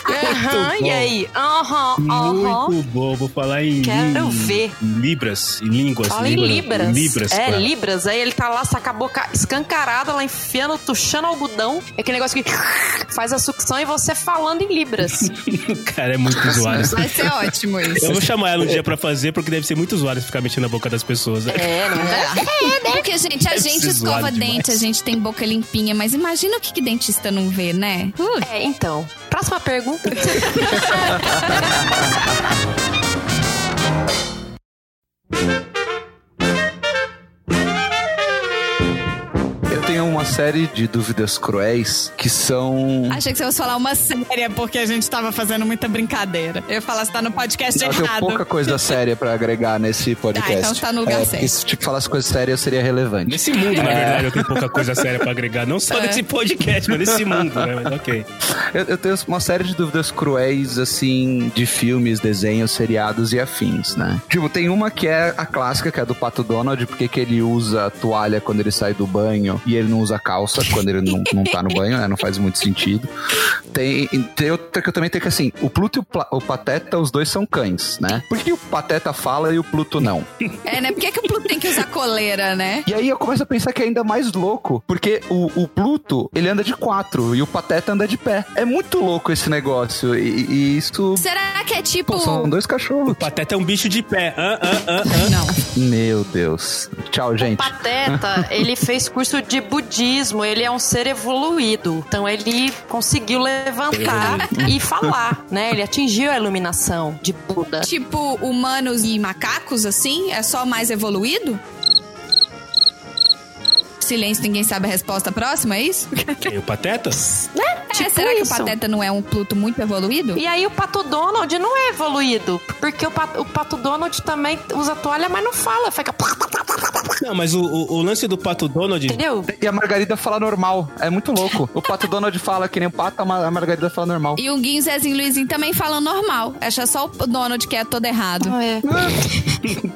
Speaker 5: Aham,
Speaker 2: Muito
Speaker 5: e
Speaker 2: bom.
Speaker 5: aí? Aham, aham.
Speaker 2: Muito bom, vou falar em
Speaker 5: Quero
Speaker 2: em-
Speaker 5: ver.
Speaker 2: em libras, em línguas,
Speaker 5: Fala em
Speaker 2: língua-
Speaker 5: Libras.
Speaker 2: libras,
Speaker 5: é,
Speaker 2: cara.
Speaker 5: Libras. Aí ele tá lá, saca a boca escancarada, lá enfiando, tuchando algodão. É aquele negócio que faz a sucção e você falando em Libras.
Speaker 2: cara, é muito zoado.
Speaker 3: Vai ser ótimo isso.
Speaker 2: Eu vou chamar ela um dia pra fazer, porque deve ser muito zoado ficar mexendo na boca das pessoas. né?
Speaker 5: É, não é?
Speaker 3: Porque, gente, a
Speaker 2: Deve
Speaker 3: gente
Speaker 2: ser
Speaker 3: escova
Speaker 2: zoado demais.
Speaker 3: dente, a gente tem boca limpinha, mas imagina o que, que dentista não vê, né? Uh,
Speaker 5: É, então. Próxima pergunta.
Speaker 4: Eu tenho uma série de dúvidas cruéis que são.
Speaker 3: achei que você ia falar uma série.
Speaker 6: Séria, porque a gente tava fazendo muita brincadeira. Eu ia falar, você tá no podcast
Speaker 4: Eu tenho
Speaker 6: errado.
Speaker 4: pouca coisa séria pra agregar nesse podcast.
Speaker 3: Ah, então tá no lugar
Speaker 4: é,
Speaker 3: certo.
Speaker 4: porque Se tipo, falasse coisas sérias, seria relevante.
Speaker 2: Nesse mundo, na verdade, eu tenho pouca coisa séria pra agregar. Não só
Speaker 3: É.
Speaker 2: nesse podcast, mas nesse mundo, né? Mas ok.
Speaker 4: Eu, eu tenho uma série de dúvidas cruéis, assim, de filmes, desenhos, seriados e afins, né? Tipo, tem uma que é a clássica, que é do Pato Donald, porque que ele usa toalha quando ele sai do banho e ele não usa calça quando ele não, não tá no banho, né? Não faz muito sentido. Tem, tem outra que eu também tenho que, assim, o Pluto e o, Pla- o Pateta, os dois são cães, né? Por que o Pateta fala e o Pluto não?
Speaker 3: É, né? Por que, que o Pluto tem que usar coleira, né?
Speaker 4: E aí eu começo a pensar que é ainda mais louco, porque o, o Pluto, ele anda de quatro e o Pateta anda de pé. É muito louco esse negócio. E, e isso.
Speaker 3: Será que é tipo.
Speaker 4: Pô, são dois
Speaker 2: O
Speaker 4: cachorros.
Speaker 2: Pateta é um bicho de pé. Hã, hã, hã, hã.
Speaker 3: Não.
Speaker 4: Meu Deus. Tchau, gente.
Speaker 5: Pateta, ele fez curso de budismo, ele é um ser evoluído. Então ele conseguiu levantar e falar, né? Ele atingiu a iluminação de Buda.
Speaker 3: Tipo, humanos e macacos, assim? É só mais evoluído? Silêncio, ninguém sabe a resposta próxima, é isso?
Speaker 2: Quem? O Pateta?
Speaker 3: é,
Speaker 5: Tipo
Speaker 3: será que o
Speaker 5: isso.
Speaker 3: Pateta não é um Pluto muito evoluído?
Speaker 5: E aí o Pato Donald não é evoluído, porque o Pato, o Pato Donald também usa toalha, mas não fala, fica...
Speaker 2: Não, mas o, o- o lance do Pato Donald.
Speaker 5: Entendeu?
Speaker 4: E a Margarida fala normal. É muito louco. O Pato Donald fala que nem o Pato, a Ma- a Margarida fala normal.
Speaker 3: E o Guinho, Zezinho e Luizinho também falam normal. Acha só o Donald que é todo errado.
Speaker 5: É.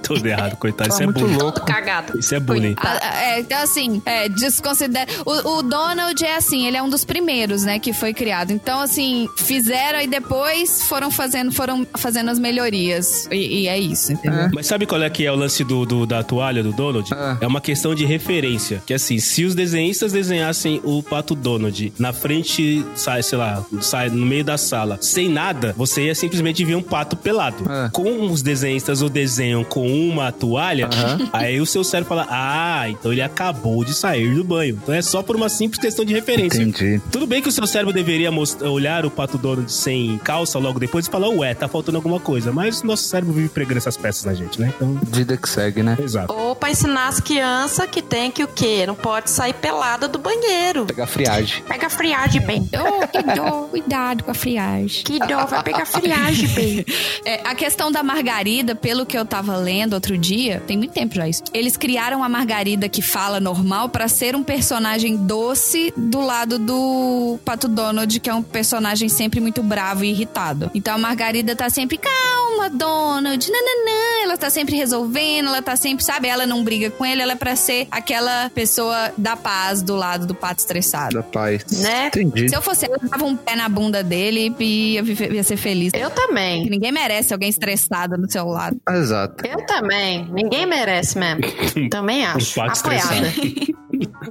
Speaker 2: Todo errado, coitado. Isso
Speaker 4: É
Speaker 2: é
Speaker 4: muito
Speaker 2: bullying.
Speaker 4: louco.
Speaker 5: Cagado.
Speaker 2: Isso é bullying.
Speaker 3: Ah, ah, é, então assim, é, desconsidera. O, o Donald é assim, ele é um dos primeiros, né, que foi criado. Então, assim, fizeram e depois foram fazendo, foram fazendo as melhorias. E, e é isso, entendeu?
Speaker 2: Mas sabe qual é que é o lance do, do- da toalha do Donald?
Speaker 4: né? Ah.
Speaker 2: É uma questão de referência. Que assim, se os desenhistas desenhassem o Pato Donald na frente, sai, sei lá, sai no meio da sala, sem nada, você ia simplesmente ver um pato pelado.
Speaker 4: Ah.
Speaker 2: Como os desenhistas o desenham com uma toalha,
Speaker 4: Aham.
Speaker 2: aí o seu cérebro fala: Ah, então ele acabou de sair do banho. Então é só por uma simples questão de referência.
Speaker 4: Entendi.
Speaker 2: Tudo bem que o seu cérebro deveria most- olhar o Pato Donald sem calça logo depois e falar, ué, tá faltando alguma coisa. Mas o nosso cérebro vive pregando essas peças na gente, né? Então,
Speaker 4: Vida que segue, né?
Speaker 2: exato.
Speaker 5: Ou pra ensinar as crianças que tem que o quê? Não pode sair pelada do banheiro.
Speaker 4: Pegar friagem.
Speaker 5: Pega a friagem, bem.
Speaker 3: Oh, que dó, cuidado com a friagem.
Speaker 5: Que dó, vai pegar a friagem, bem.
Speaker 3: É, a questão da margarida, pelo que eu tava lendo outro dia, tem muito tempo já isso. Eles criaram a margarida que fala normal pra ser um personagem doce do lado do Pato Donald, que é um personagem sempre muito bravo e irritado. Então a margarida tá sempre calma McDonald, nananã. Ela tá sempre resolvendo, ela tá sempre, sabe? Ela não briga com ele, ela é pra ser aquela pessoa da paz do lado do pato estressado.
Speaker 4: Da paz.
Speaker 5: Né?
Speaker 4: Entendi.
Speaker 3: Se eu fosse ela, eu dava um pé na bunda dele e ia, viver- ia ser feliz.
Speaker 5: Eu também.
Speaker 3: Que ninguém merece alguém estressado do seu lado.
Speaker 4: Ah, Exato.
Speaker 5: Eu também. Ninguém merece mesmo. Também acho.
Speaker 2: pato
Speaker 5: Apoiada.
Speaker 2: né?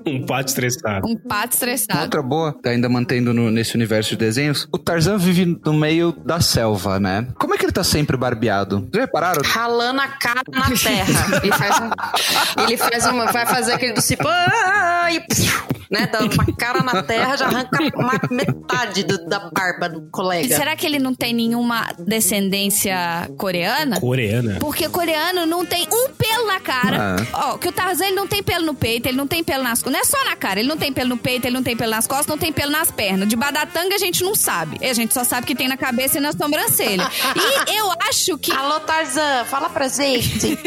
Speaker 2: Um pato estressado.
Speaker 3: Um pato estressado.
Speaker 4: Outra boa, tá ainda mantendo no- nesse universo de desenhos, o Tarzan vive no meio da selva, né? Como é que ele tá sempre barbeado? Já repararam?
Speaker 5: Ralando a cara na terra. Ele faz um. Ele faz uma. Vai fazer aquele do cipó ah, e. psiu, Né, dando uma cara na terra, já arranca uma metade do- da barba do
Speaker 3: E
Speaker 5: colega.
Speaker 3: Será que ele não tem nenhuma descendência coreana?
Speaker 2: Coreana.
Speaker 3: Porque coreano não tem um pelo na cara. Ó, que o Tarzan ele não tem pelo no peito, ele não tem pelo nas costas. Não é só na cara, ele não tem pelo no peito, ele não tem pelo nas costas, não tem pelo nas pernas. De badatanga a gente não sabe. A gente só sabe que tem na cabeça e na sobrancelha. e eu acho que.
Speaker 5: Alô, Tarzan, fala pra gente.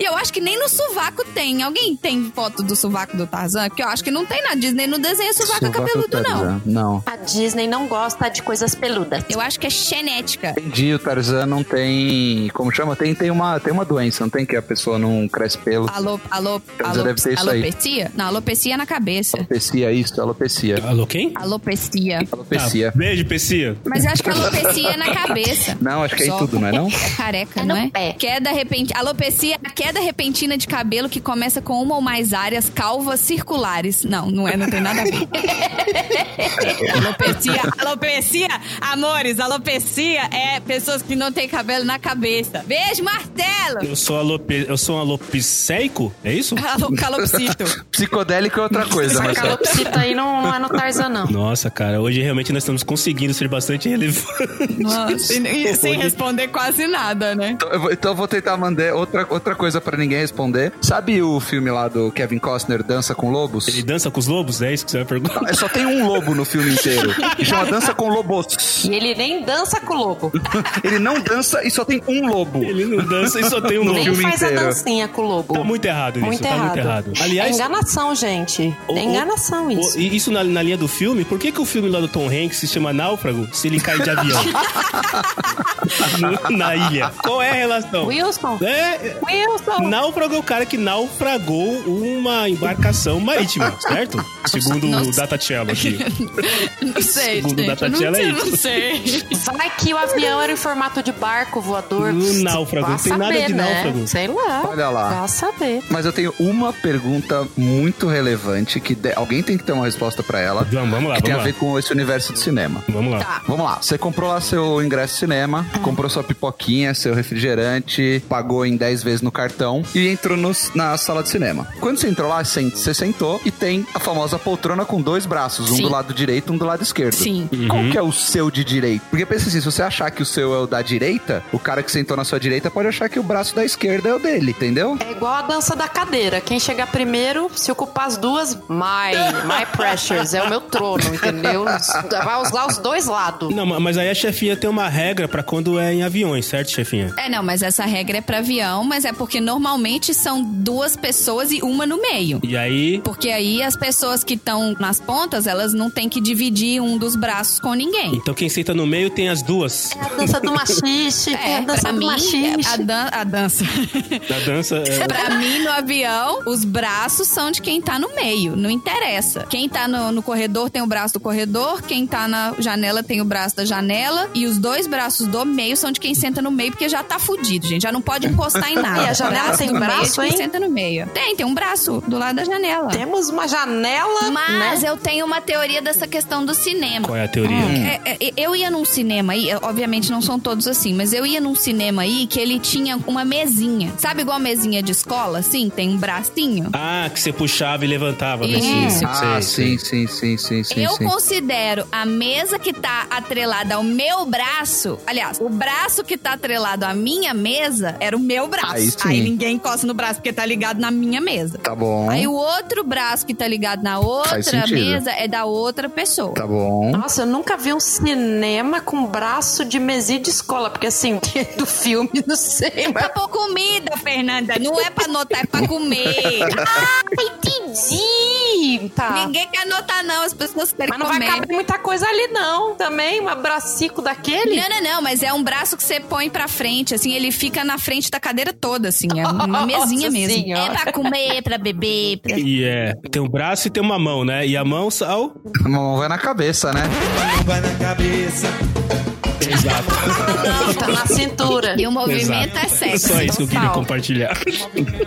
Speaker 3: E eu acho que nem no sovaco tem. Alguém tem foto do sovaco do Tarzan? Porque eu acho que não tem na Disney, não desenha sovaco, é
Speaker 4: Sovaco é
Speaker 3: cabeludo, não.
Speaker 4: Tarzan. Não.
Speaker 5: A Disney não gosta de coisas peludas.
Speaker 3: Eu acho que é genética.
Speaker 4: Entendi, o Tarzan não tem. Como chama? Tem, tem, uma, tem uma doença, não tem que a pessoa não cresce pelo.
Speaker 3: Alô, alô,
Speaker 4: Então já
Speaker 3: alô,
Speaker 4: deve ter isso aí.
Speaker 3: alopecia? Não, alopecia é na cabeça.
Speaker 4: Alopecia, isso, alopecia.
Speaker 2: Alô, quem?
Speaker 3: Alopecia.
Speaker 4: Alopecia.
Speaker 2: Ah, beijo, Pessia.
Speaker 3: Mas eu acho que alopecia é na cabeça.
Speaker 4: Não, acho que é em
Speaker 3: Só.
Speaker 4: tudo, não é não?
Speaker 3: É careca,
Speaker 5: É
Speaker 3: não
Speaker 5: no
Speaker 3: é?
Speaker 5: pé.
Speaker 3: Queda repentina. Alopecia, a queda repentina de cabelo que começa com uma ou mais áreas calvas circulares. Não, não é, não tem nada a ver.
Speaker 6: Alopecia, alopecia, amores, alopecia é pessoas que não têm cabelo na cabeça.
Speaker 3: Beijo, martelo!
Speaker 2: Eu sou alope... Eu sou um alopiceico? É isso?
Speaker 6: Alo- Calopsito.
Speaker 4: Psicodélico é outra coisa,
Speaker 5: Essa
Speaker 4: mas.
Speaker 5: calopsita aí não, não é no Tarzan, não.
Speaker 2: Nossa, cara, hoje realmente nós estamos conseguindo ser bastante relevantes.
Speaker 6: Nossa, e, e sem responder quase nada, né?
Speaker 4: Então eu vou- Então eu vou tentar mandar outra, outra coisa pra ninguém responder. Sabe o filme lá do Kevin Costner, Dança com Lobos?
Speaker 2: Ele dança com os lobos? É isso que você vai perguntar?
Speaker 4: Só tem um lobo no filme inteiro. que Chama Dança com Lobos.
Speaker 5: E ele nem dança com o lobo.
Speaker 4: Ele não dança e só tem um lobo.
Speaker 2: Ele não dança e só tem um
Speaker 4: No
Speaker 5: Nem
Speaker 2: lobo.
Speaker 4: filme
Speaker 5: faz
Speaker 4: inteiro.
Speaker 5: a dancinha com o lobo.
Speaker 2: Tá muito errado isso,
Speaker 5: Muito
Speaker 2: tá muito errado. Aliás,
Speaker 5: é enganação, gente.
Speaker 2: o- o-
Speaker 5: é enganação isso.
Speaker 2: o- e isso na, na linha do filme, por que, que o filme lá do Tom Hanks se chama Náufrago se ele cai de avião? No- na ilha. Qual é a relação?
Speaker 5: Wilson,
Speaker 2: É,
Speaker 5: Wilson.
Speaker 2: Náufrago é o cara que naufragou uma embarcação marítima, certo? Segundo o Datachello aqui.
Speaker 6: Não sei,
Speaker 2: Segundo o
Speaker 6: gente. eu não,
Speaker 2: Datatiela, é
Speaker 6: eu
Speaker 2: isso.
Speaker 6: não sei.
Speaker 5: Vai que o avião era em formato de barco voador.
Speaker 2: No náufrago,
Speaker 5: Vá
Speaker 2: não tem nada
Speaker 5: saber,
Speaker 2: de
Speaker 5: né?
Speaker 2: náufrago.
Speaker 5: Sei lá.
Speaker 4: Olha lá.
Speaker 5: Vá saber.
Speaker 4: Mas eu tenho uma pergunta muito relevante que de- alguém tem que ter uma resposta pra ela.
Speaker 2: Vamos, vamos lá,
Speaker 4: que tem
Speaker 2: vamos
Speaker 4: a
Speaker 2: lá.
Speaker 4: ver com esse universo do cinema.
Speaker 2: Vamos lá.
Speaker 5: Tá.
Speaker 4: Vamos lá, você comprou lá seu ingresso de cinema, comprou sua pipoquinha, seu refrigerante, pagou em 10 vezes no cartão e entrou no- na sala de cinema. Quando você entrou lá, sen- você sentou e tem a famosa poltrona com dois braços, um
Speaker 3: Sim.
Speaker 4: do lado direito um do lado esquerdo.
Speaker 3: Sim.
Speaker 2: Uhum.
Speaker 4: Qual que é o seu de direito? Porque pensa assim, se você achar que o seu é o da direita, o cara que sentou na sua direita pode achar que o braço da esquerda é o dele, entendeu?
Speaker 5: É igual a dança da cadeira. Quem chegar primeiro, se ocupar as duas, my, my pressures. É o meu trono, entendeu? Vai usar os dois lados.
Speaker 2: Não, ma- mas aí a chefinha tem uma regra pra quando é em aviões, certo, chefinha?
Speaker 3: É, não, mas essa regra é pra avião, mas é porque normalmente são duas pessoas e uma no meio.
Speaker 2: E aí.
Speaker 3: Porque aí as pessoas que estão nas pontas, elas não têm que dividir um dos braços com ninguém.
Speaker 2: Então quem senta no meio tem as duas.
Speaker 5: É a dança do machixe. É, a dança
Speaker 3: pra
Speaker 5: do
Speaker 3: mim, a,
Speaker 5: machixe.
Speaker 3: dan- a dança.
Speaker 2: Da dança. é-
Speaker 3: Pra mim, no avião, os braços são de quem tá no meio. Não interessa. Quem tá no, no corredor tem o braço do corredor, quem tá na janela tem o braço da janela. E os dois braços do meio são de quem senta no meio, porque já tá fudido, gente. Já não pode encostar em nada.
Speaker 5: E a janela
Speaker 3: Braço
Speaker 5: tem
Speaker 3: do meio é de
Speaker 5: braço,
Speaker 3: quem
Speaker 5: hein?
Speaker 3: senta no meio. Tem, tem um braço do lado da janela.
Speaker 5: Temos uma janela,
Speaker 3: Mas
Speaker 5: né?
Speaker 3: eu tenho uma teoria dessa questão do cinema.
Speaker 2: Qual é a teoria?
Speaker 5: Hum.
Speaker 3: É, é, é, eu ia num cinema aí, obviamente não são todos assim, mas eu ia num cinema aí que ele tinha uma mesinha. Sabe igual mesinha de escola, assim? Tem um bracinho?
Speaker 2: Ah, que você puxava e levantava, né?
Speaker 3: Isso.
Speaker 2: Sim,
Speaker 4: ah,
Speaker 2: sei, sei.
Speaker 4: sim, sim, sim, sim, sim,
Speaker 3: eu
Speaker 4: sim.
Speaker 3: considero a mesa que tá atrelada ao meu braço, aliás, o braço que tá atrelado à minha mesa era o meu braço.
Speaker 4: Aí sim.
Speaker 6: Aí ninguém encosta no braço porque tá ligado na minha mesa.
Speaker 4: Tá bom.
Speaker 3: Aí o outro braço que tá ligado na
Speaker 4: Faz
Speaker 3: outra
Speaker 4: sentido.
Speaker 3: mesa é da outra pessoa.
Speaker 4: Tá bom.
Speaker 5: Nossa, eu nunca vi um cinema com braço de mesinha de escola, porque assim, do filme, não sei,
Speaker 3: É
Speaker 5: mas
Speaker 3: pra pôr comida, Fernanda. Não é pra anotar, é pra comer.
Speaker 5: entendi. Sim, tá.
Speaker 3: Ninguém quer anotar, não. As pessoas querem
Speaker 5: Mas não vai
Speaker 3: comer.
Speaker 5: caber muita coisa ali, não. Também, um abracico daquele.
Speaker 3: Não, não, não, mas é um braço que você põe pra frente, assim, ele fica na frente da cadeira toda, assim, é uma mesinha
Speaker 5: Nossa
Speaker 3: mesmo.
Speaker 5: Senhora.
Speaker 3: É pra comer, pra beber, pra...
Speaker 2: E é, tem um braço e tem uma mão, né? E a mão, sal.
Speaker 4: A mão vai na cabeça, né?
Speaker 8: Vai na cabeça.
Speaker 2: Exato.
Speaker 5: Tá na cintura.
Speaker 3: E o movimento é
Speaker 2: Exato.
Speaker 3: sexo.
Speaker 2: Só isso que eu queria
Speaker 5: total.
Speaker 2: compartilhar.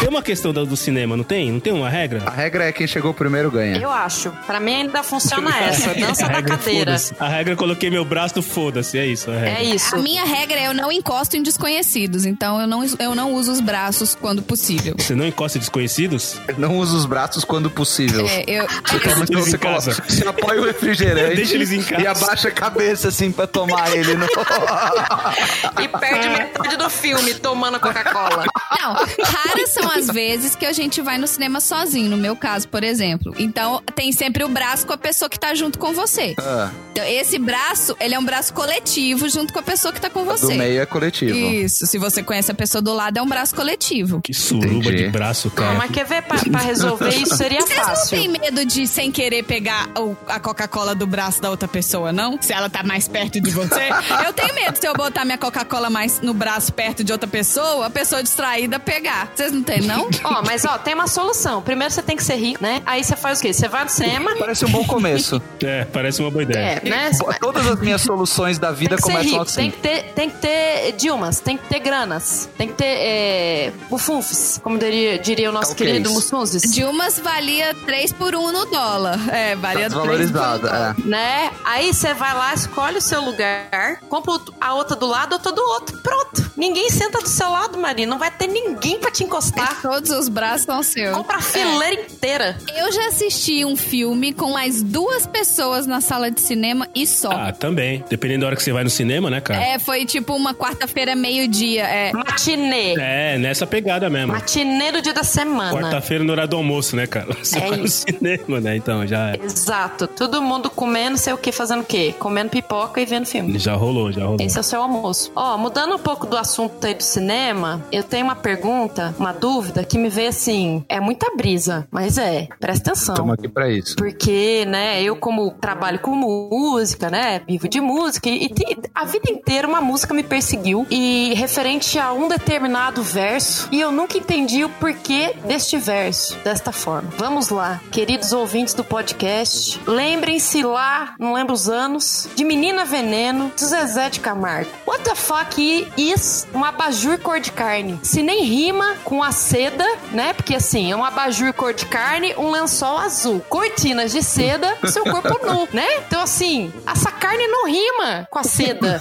Speaker 2: tem uma questão da- do cinema, não tem? Não tem uma regra?
Speaker 4: A regra é quem chegou primeiro ganha.
Speaker 5: Eu acho. Pra mim ainda funciona essa. Dança
Speaker 2: A
Speaker 5: da
Speaker 2: regra é
Speaker 5: cadeira.
Speaker 2: foda-se. A regra eu coloquei meu braço no foda-se, é isso. A regra.
Speaker 5: É isso.
Speaker 3: A minha regra é eu não encosto em desconhecidos, então eu não, eu não uso os braços quando possível.
Speaker 2: Você não encosta em desconhecidos?
Speaker 4: Não usa os braços quando possível.
Speaker 3: É, eu...
Speaker 4: Você toma-
Speaker 2: Deixa
Speaker 4: então
Speaker 2: eles
Speaker 4: você,
Speaker 2: em casa.
Speaker 4: coloca- você apoia o refrigerante
Speaker 2: Deixa eles em casa.
Speaker 4: e abaixa a cabeça assim pra tomar ele. No...
Speaker 5: E
Speaker 3: É.
Speaker 5: perde metade do filme tomando Coca-Cola.
Speaker 3: Não, raras são as vezes que a gente vai no cinema sozinho, no meu caso, por exemplo. Então, tem sempre o braço com a pessoa que tá junto com você.
Speaker 4: Ah,
Speaker 3: Então, esse braço, ele é um braço coletivo junto com a pessoa que tá com
Speaker 4: do
Speaker 3: você.
Speaker 4: meio é coletivo.
Speaker 3: Isso, se você conhece a pessoa do lado, é um braço coletivo.
Speaker 2: Que suruba
Speaker 4: Entendi.
Speaker 2: de braço,
Speaker 5: Não,
Speaker 2: cara.
Speaker 5: mas quer ver? Pra, pra resolver isso seria
Speaker 3: Vocês não
Speaker 5: fácil.
Speaker 6: Tem medo de, sem querer, pegar o- a Coca-Cola do braço da outra pessoa, não? Se ela tá mais perto de você?
Speaker 3: Eu tenho medo se eu botar minha Coca-Cola mais no braço perto de outra pessoa, a pessoa distraída pegar. Vocês não têm, não?
Speaker 5: Ó, mas ó, tem uma solução. Primeiro você tem que ser rico, né? Aí você faz o quê? Você vai no cinema,
Speaker 4: Parece um bom começo.
Speaker 2: É, parece uma boa ideia.
Speaker 5: é, né?
Speaker 4: Pô, Todas as minhas soluções da
Speaker 5: Tem
Speaker 4: vida
Speaker 5: que ser
Speaker 4: começam
Speaker 5: rico,
Speaker 4: assim.
Speaker 5: tem que ter, tem que ter Dilmas, tem que ter granas, tem que ter é, bufunfes, como diria, diria o nosso
Speaker 4: Talvez.
Speaker 5: querido Mussunzes.
Speaker 3: De umas valia 3 por 1 no dólar. É,
Speaker 4: Tá
Speaker 3: valia 3 por 1
Speaker 4: desvalorizada. é.
Speaker 5: Né? Aí você vai lá, escolhe o seu lugar, compra o- a outra do lado, a outra do outro. Pronto. Ninguém senta do seu lado, Maria. Não vai ter ninguém pra te encostar.
Speaker 3: Todos os braços são seus.
Speaker 5: Compra a fileira inteira.
Speaker 3: Eu já assisti um filme com mais duas pessoas na sala de cinema e só.
Speaker 2: Ah, também. Dependendo da hora que você vai no cinema, né, cara?
Speaker 3: É, foi tipo uma quarta-feira, meio-dia. É.
Speaker 5: Matinê.
Speaker 2: É, nessa pegada mesmo.
Speaker 5: Matinê do dia da semana.
Speaker 2: Quarta-feira no horário do almoço, né, cara? Você
Speaker 5: É
Speaker 2: vai no
Speaker 5: isso.
Speaker 2: cinema, né? Então, já,
Speaker 5: Exato. Todo mundo comendo, sei o que, fazendo o quê? Comendo pipoca e vendo filme.
Speaker 2: já rolou, já rolou.
Speaker 5: Esse é o seu almoço. Ó, mudando um pouco do assunto aí do cinema, eu tenho uma pergunta, uma dúvida que me veio assim, é muita brisa, mas é, presta atenção.
Speaker 4: Estamos aqui pra isso.
Speaker 5: Porque, né, eu como trabalho com música, né, vivo de música, e, e te- a vida inteira uma música me perseguiu, e referente a um determinado verso, e eu nunca entendi o porquê deste verso, desta forma. Vamos lá, queridos ouvintes do podcast, lembrem-se lá, não lembro os anos, de Menina Veneno, de Zezé de Camargo. What the fuck is um abajur cor de carne? Se nem rima com a seda, né, porque assim, é um abajur cor de carne, um lençol azul, cortinas de seda, seu corpo nu, né? Então, assim, essa carne não rima com a seda.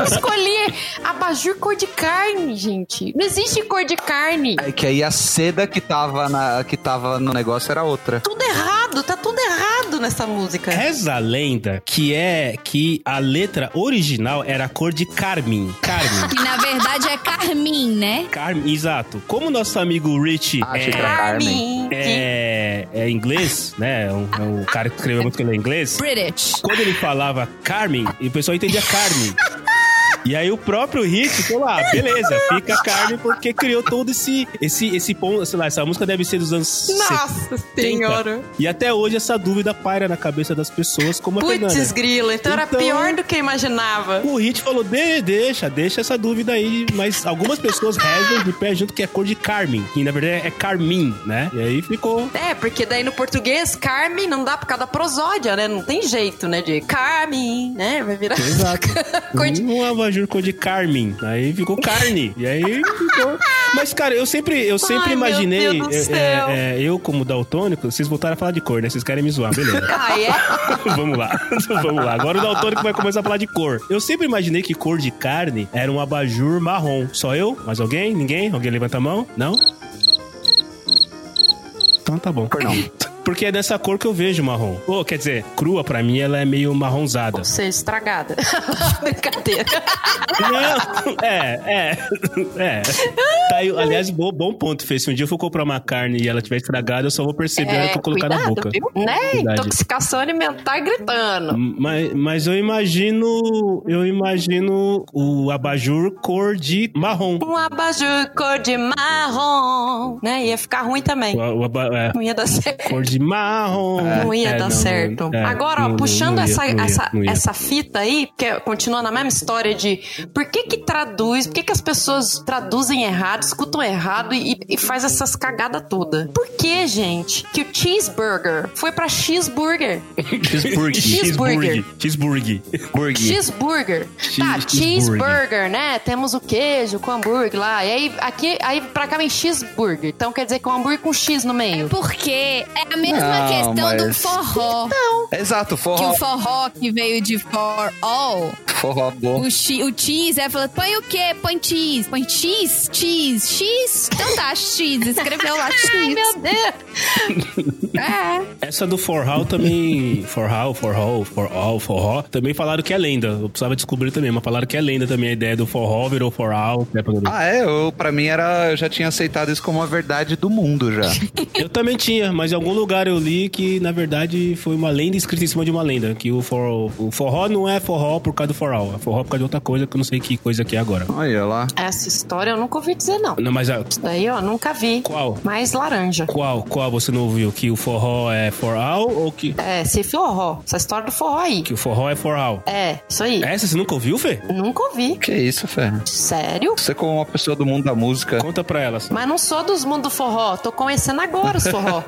Speaker 5: Escolhi abajur cor de carne, gente. Não existe cor de carne.
Speaker 4: É que aí a seda que tava, na, que tava no negócio era outra.
Speaker 5: Tudo errado, tá tudo errado nessa música.
Speaker 2: Reza a lenda que é que a letra original era a cor de carmim. Carmim.
Speaker 3: Que na verdade é Carmin, né?
Speaker 2: carmim, exato. Como nosso amigo Rich
Speaker 4: Ah, achei que
Speaker 2: é,
Speaker 4: era Carmen.
Speaker 2: é, é inglês, né? É um, é um cara que escreveu muito que ele é inglês.
Speaker 3: British.
Speaker 2: Quando ele falava Carmen, e o pessoal entendia Carmen. E aí o próprio Rick falou, ah, beleza, fica Carmen, porque criou todo esse, esse, esse ponto, sei lá, essa música deve ser dos anos
Speaker 5: Nossa
Speaker 2: É,
Speaker 5: senhora.
Speaker 2: E até hoje essa dúvida paira na cabeça das pessoas, como a
Speaker 5: Putz,
Speaker 2: Fernanda.
Speaker 5: grilo, então, era
Speaker 2: Então-
Speaker 5: pior do que eu imaginava.
Speaker 2: O Hit falou, "De- deixa, deixa essa dúvida aí, mas algumas pessoas rezam de pé junto que é cor de Carmen, que na verdade é Carmin, né? E aí ficou.
Speaker 5: É, porque daí no português, Carmen não dá por causa da prosódia, né? Não tem jeito, né? De Carmen, né? Vai virar.
Speaker 2: Exato.
Speaker 5: Cor de-
Speaker 2: Um abajur cor de Carmen, aí ficou carne, e aí ficou... Mas, cara, eu sempre, eu sempre
Speaker 5: Ai, meu
Speaker 2: imaginei,
Speaker 5: Deus do
Speaker 2: é,
Speaker 5: céu.
Speaker 2: é, é, eu como daltônico, vocês voltaram a falar de cor, né? Vocês querem me zoar, beleza.
Speaker 5: Ah, é?
Speaker 2: Vamos lá, vamos lá. Agora o Daltônico vai começar a falar de cor. Eu sempre imaginei que cor de carne era um abajur marrom. Só eu? Mais alguém? Ninguém? Alguém levanta a mão? Não? Então tá bom.
Speaker 4: Cor não.
Speaker 2: porque é dessa cor que eu vejo marrom. Ou, quer dizer, crua pra mim ela é meio marronzada.
Speaker 5: Ou seja, estragada. Brincadeira.
Speaker 2: Não, é, é, é. Tá aí, aliás, bo- bom ponto, Fê. Se um dia eu for comprar uma carne e ela tiver estragada, eu só vou perceber ela que eu colocar na boca.
Speaker 5: viu? Né?
Speaker 2: Verdade. Hum.
Speaker 5: Intoxicação alimentar gritando.
Speaker 2: Mas, mas eu imagino. Eu imagino o abajur cor de marrom.
Speaker 5: Um abajur cor de marrom. Né? Ia ficar ruim também.
Speaker 2: O, o aba- é,
Speaker 5: Não ia dar certo.
Speaker 2: cor de marrom.
Speaker 5: Não ia
Speaker 2: É,
Speaker 5: dar
Speaker 2: não,
Speaker 5: certo.
Speaker 2: não, é,
Speaker 5: Agora, ó,
Speaker 2: não, não,
Speaker 5: puxando
Speaker 2: não ia,
Speaker 5: essa,
Speaker 2: não ia,
Speaker 5: essa,
Speaker 2: não ia.
Speaker 5: essa fita aí, que continua na mesma história de por que que traduz, por que que as pessoas traduzem errado, escutam errado e, e faz essas cagadas todas. Por que, gente, que o cheeseburger foi pra cheeseburger?
Speaker 4: Cheeseburger.
Speaker 2: Cheeseburger. Cheeseburger.
Speaker 4: Burger.
Speaker 5: Cheeseburger. Tá,
Speaker 2: Cheese-
Speaker 5: cheeseburger, né? Temos o queijo com hambúrguer lá. E aí, aqui, aí pra cá vem cheeseburger. Então quer dizer que é um hambúrguer com X no meio.
Speaker 3: Porque é a mesma
Speaker 4: Não,
Speaker 3: questão do
Speaker 4: mas-
Speaker 3: forró.
Speaker 4: Exato,
Speaker 6: Que
Speaker 4: forró.
Speaker 6: o forró que veio de for all,
Speaker 4: Forró bom.
Speaker 6: o, chi, o cheese, é falando, põe o quê? Põe cheese, põe cheese, cheese, cheese. Então tá, cheese, escreveu lá cheese.
Speaker 5: Deus!
Speaker 2: Essa do Forhal também. Forhal, Forhal, Forhal, Forró. Também falaram que é lenda. Eu precisava descobrir também, mas falaram que é lenda também. A ideia do Forró virou Forhal. né, pra-
Speaker 4: Ah, é? Eu, pra mim era. Eu já tinha aceitado isso como a verdade do mundo já.
Speaker 2: Eu também tinha, mas em algum lugar eu li que, na verdade, foi uma lenda escrita em cima de uma lenda. Que o, for- o forró não é forró por causa do forró. É forró por causa de outra coisa que eu não sei que coisa que é agora.
Speaker 4: Olha lá.
Speaker 5: Essa história eu nunca ouvi dizer, não.
Speaker 2: Não, mas a,
Speaker 5: Isso daí, ó, nunca vi.
Speaker 2: qual?
Speaker 5: Mas laranja.
Speaker 2: Qual? Qual você não ouviu? Que o forró é forral ou que,
Speaker 5: É, se forró. Essa história do forró aí.
Speaker 2: que o forró é forral?
Speaker 5: É, isso aí.
Speaker 2: Essa você nunca ouviu, Fê?
Speaker 5: Nunca ouvi.
Speaker 4: Que isso, Fê?
Speaker 5: Sério?
Speaker 4: Você, como uma pessoa do mundo da música,
Speaker 2: Conta pra ela. Sam.
Speaker 5: Mas não sou dos mundos do forró. Tô conhecendo agora os forró.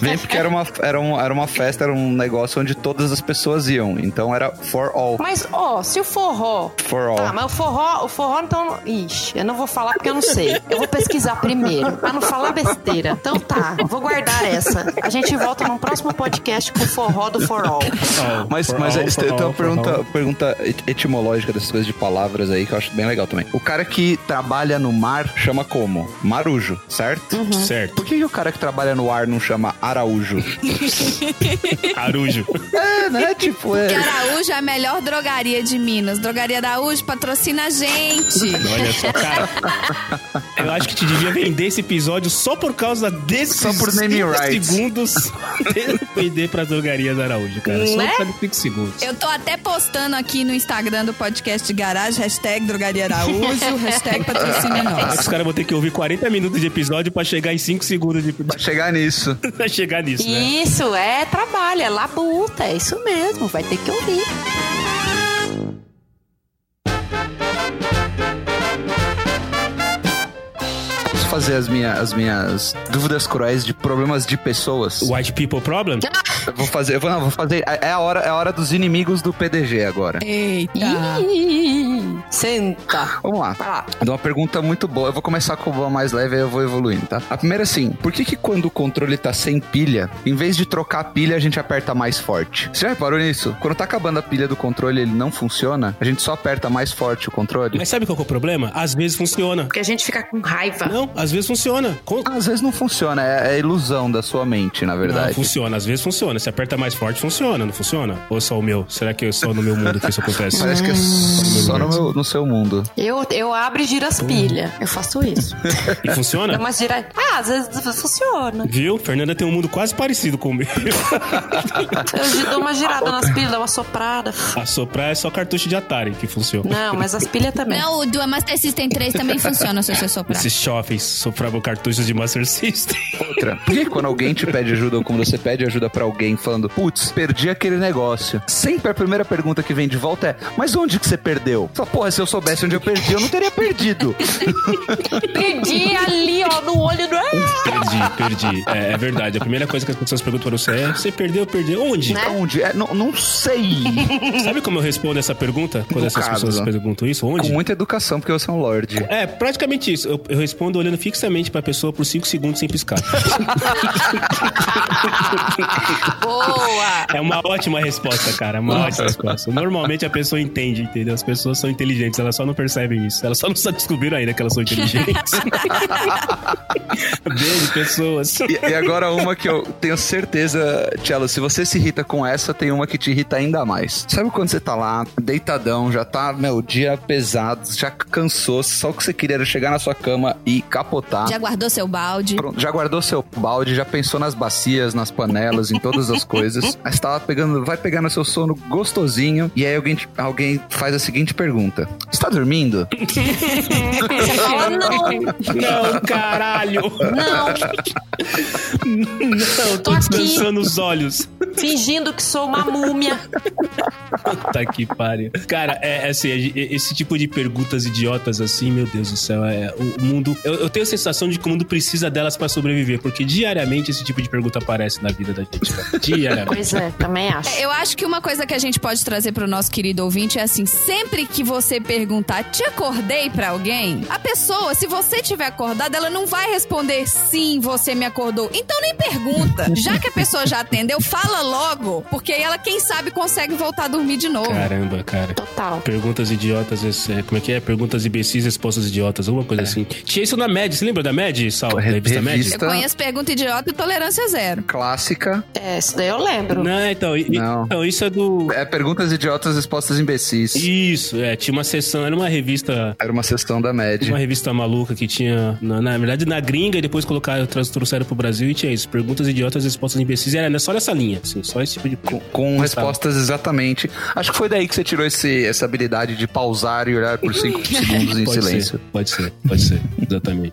Speaker 4: vem porque era uma, era, um, era uma festa, era um negócio onde todas as pessoas iam. Então era for all.
Speaker 5: mas, ó, se o forró...
Speaker 4: For all.
Speaker 5: Tá, mas o forró, o forró, então... Ixi, eu não vou falar porque eu não sei. Eu vou pesquisar primeiro, pra não falar besteira. Então tá, vou guardar essa. A gente volta num próximo podcast com o forró do forró.
Speaker 2: Forró,
Speaker 4: Mas,
Speaker 2: forró,
Speaker 4: mas é tem
Speaker 2: forró,
Speaker 4: tem uma
Speaker 2: forró.
Speaker 4: pergunta, pergunta et- etimológica dessas coisas de palavras aí que eu acho bem legal também. O cara que trabalha no mar chama como? Marujo, certo?
Speaker 2: Certo.
Speaker 4: Por que, que o cara que trabalha no ar não chama Araújo?
Speaker 2: Arujo.
Speaker 4: é, né? Tipo,
Speaker 6: Que
Speaker 4: é.
Speaker 6: Araújo é a melhor drogaria de Minas. Drogaria Araújo patrocina a gente.
Speaker 2: Olha só, cara. Eu acho que te devia vender esse episódio só por causa desses
Speaker 4: Só por naming
Speaker 2: cinco
Speaker 4: rights.
Speaker 2: segundos vender pras drogarias Araújo, cara. Só
Speaker 5: Né?
Speaker 2: por causa de 5 segundos.
Speaker 6: Eu tô até postando aqui no Instagram do podcast de garagem, hashtag drogaria Araújo, hashtag patrocina
Speaker 2: Ah,
Speaker 6: nós.
Speaker 2: que os caras vão ter que ouvir 40 minutos de episódio pra chegar em 5 segundos de...
Speaker 4: Pra chegar nisso.
Speaker 2: pra chegar nisso, né?
Speaker 5: Isso, é trabalho, é labuta, é isso mesmo. Vai ter que ouvir.
Speaker 4: Posso fazer as minhas, as minhas dúvidas cruéis de problemas de pessoas?
Speaker 2: White people problem?
Speaker 5: Ah.
Speaker 4: Eu vou fazer, eu vou, não, vou fazer. É é a, hora, é a hora dos inimigos do PDG agora.
Speaker 2: É.
Speaker 5: Ah.
Speaker 6: Eita.
Speaker 5: Ih, Senta.
Speaker 4: Vamos lá.
Speaker 5: Vai lá.
Speaker 4: Eu dou uma pergunta muito boa. Eu vou começar com uma mais leve aí eu vou evoluindo, tá? A primeira é assim: por que, que quando o controle tá sem pilha, em vez de trocar a pilha, a gente aperta mais forte? Você já reparou nisso? Quando tá acabando a pilha do controle ele não funciona, a gente só aperta mais forte o controle?
Speaker 2: Mas sabe qual que é o problema? Às vezes funciona.
Speaker 5: Porque a gente fica com raiva. Ah.
Speaker 2: Não, às vezes funciona. Com-
Speaker 4: Ah, Às vezes não funciona, é, é ilusão da sua mente, na
Speaker 2: Não,
Speaker 4: verdade.
Speaker 2: funciona, às vezes funciona. Se aperta mais forte, funciona, não funciona? Ou é só o meu? Será que é só no meu mundo que isso acontece?
Speaker 4: Parece que é só no, meu- no seu mundo.
Speaker 5: Eu, eu abro e giro as pilhas. Eu faço isso.
Speaker 2: E funciona?
Speaker 5: Dá umas gira... Ah, às vezes funciona.
Speaker 2: Viu? Fernanda tem um mundo quase parecido com o meu.
Speaker 5: Eu gi- dou uma girada nas pilhas, dou uma soprada.
Speaker 2: Assoprar é só cartucho de Atari que funciona.
Speaker 5: Não, mas as pilhas também.
Speaker 3: Não, é o do Master System 3 também funciona se você soprar.
Speaker 2: Esses jovens sopravam cartuchos de Master System.
Speaker 4: Outra. Por que quando alguém te pede ajuda ou quando você pede ajuda pra alguém falando, putz, perdi aquele negócio? Sempre a primeira pergunta que vem de volta é, mas onde que você perdeu? Só, porra, se eu soubesse onde eu perdi, eu não teria perdido.
Speaker 5: Perdi ali, ó, no olho do.
Speaker 2: Perdi, perdi. É, é verdade. A primeira coisa que as pessoas perguntam pra você é: você perdeu, perdeu? Onde?
Speaker 4: Onde? É, não, não sei.
Speaker 2: Sabe como eu respondo essa pergunta? Quando
Speaker 4: No
Speaker 2: essas
Speaker 4: caso,
Speaker 2: pessoas
Speaker 4: né?
Speaker 2: perguntam isso?
Speaker 4: Com
Speaker 2: Onde?
Speaker 4: muita educação, porque você é um lorde.
Speaker 2: É, praticamente isso. Eu, eu respondo olhando fixamente pra pessoa por 5 segundos sem piscar.
Speaker 5: Boa!
Speaker 2: É uma ótima resposta, cara. é Uma ótima resposta. Normalmente a pessoa entende, entendeu? As pessoas são inteligentes, elas só não percebem isso. Elas só não só descobriram ainda que elas são inteligentes. Beijo, pessoas.
Speaker 4: E, e agora uma que eu tenho certeza, Tchelo, se você se irrita com essa, tem uma que te irrita ainda mais. Sabe quando você tá lá, deitadão, já tá, meu, dia pesado, já cansou, só o que você queria era chegar na sua cama e capotar.
Speaker 6: Já guardou seu balde?
Speaker 4: Pronto, já guardou seu balde, já pensou nas bacias, nas panelas, em todas as coisas. Aí você tava pegando, vai pegando seu sono gostosinho, e aí alguém, te- alguém faz a seguinte pergunta: Você tá dormindo?
Speaker 5: Você fala, Tá não,
Speaker 2: Não, caralho.
Speaker 5: não,
Speaker 2: Não, tô
Speaker 5: Tô aqui.
Speaker 2: descansando os olhos.
Speaker 5: fingindo que sou uma múmia.
Speaker 2: Puta que pariu. Cara, é é assim, é- esse tipo de perguntas idiotas assim, meu Deus do céu, é o mundo. Eu, eu tenho a sensação de que o mundo precisa delas pra sobreviver, porque diariamente esse tipo de pergunta aparece na vida da gente, cara. Diariamente.
Speaker 5: Pois é, também acho.
Speaker 3: Eu acho que uma coisa que a gente pode trazer pro nosso querido ouvinte é assim: sempre que você perguntar, te acordei pra alguém, a pessoa, se você tiver acordado, ela não vai responder sim, você me acordou. Então nem pergunta. Já que a pessoa já atendeu, fala logo, porque aí ela, quem sabe, consegue voltar a dormir de novo.
Speaker 2: Caramba, cara.
Speaker 5: Total.
Speaker 2: Perguntas idiotas, é, como é que é? Perguntas imbecis, respostas idiotas, alguma coisa assim. Tinha isso na MED, você lembra da MED, Sal? Da revista MED?
Speaker 4: É. Revista.
Speaker 3: Eu conheço pergunta idiota e tolerância zero.
Speaker 4: Clássica.
Speaker 5: É, isso daí eu lembro.
Speaker 2: Não, então, i-
Speaker 4: Não.
Speaker 2: então, isso é do.
Speaker 4: É perguntas idiotas, respostas imbecis.
Speaker 2: Isso, é, tinha uma sessão, era uma revista
Speaker 4: Era uma sessão da
Speaker 2: Uma
Speaker 4: média.
Speaker 2: revista maluca que tinha, na, na verdade, na gringa, e depois colocaram, trans- trouxeram pro Brasil e tinha isso. Perguntas idiotas, respostas imbecis. E Era só nessa linha, assim, só esse tipo de...
Speaker 4: Com, com
Speaker 2: Gostava.
Speaker 4: respostas exatamente. Acho que foi daí que você tirou esse- essa habilidade de pausar e olhar por 5 segundos em
Speaker 2: Pode
Speaker 4: silêncio.
Speaker 2: ser, pode ser, pode ser, exatamente.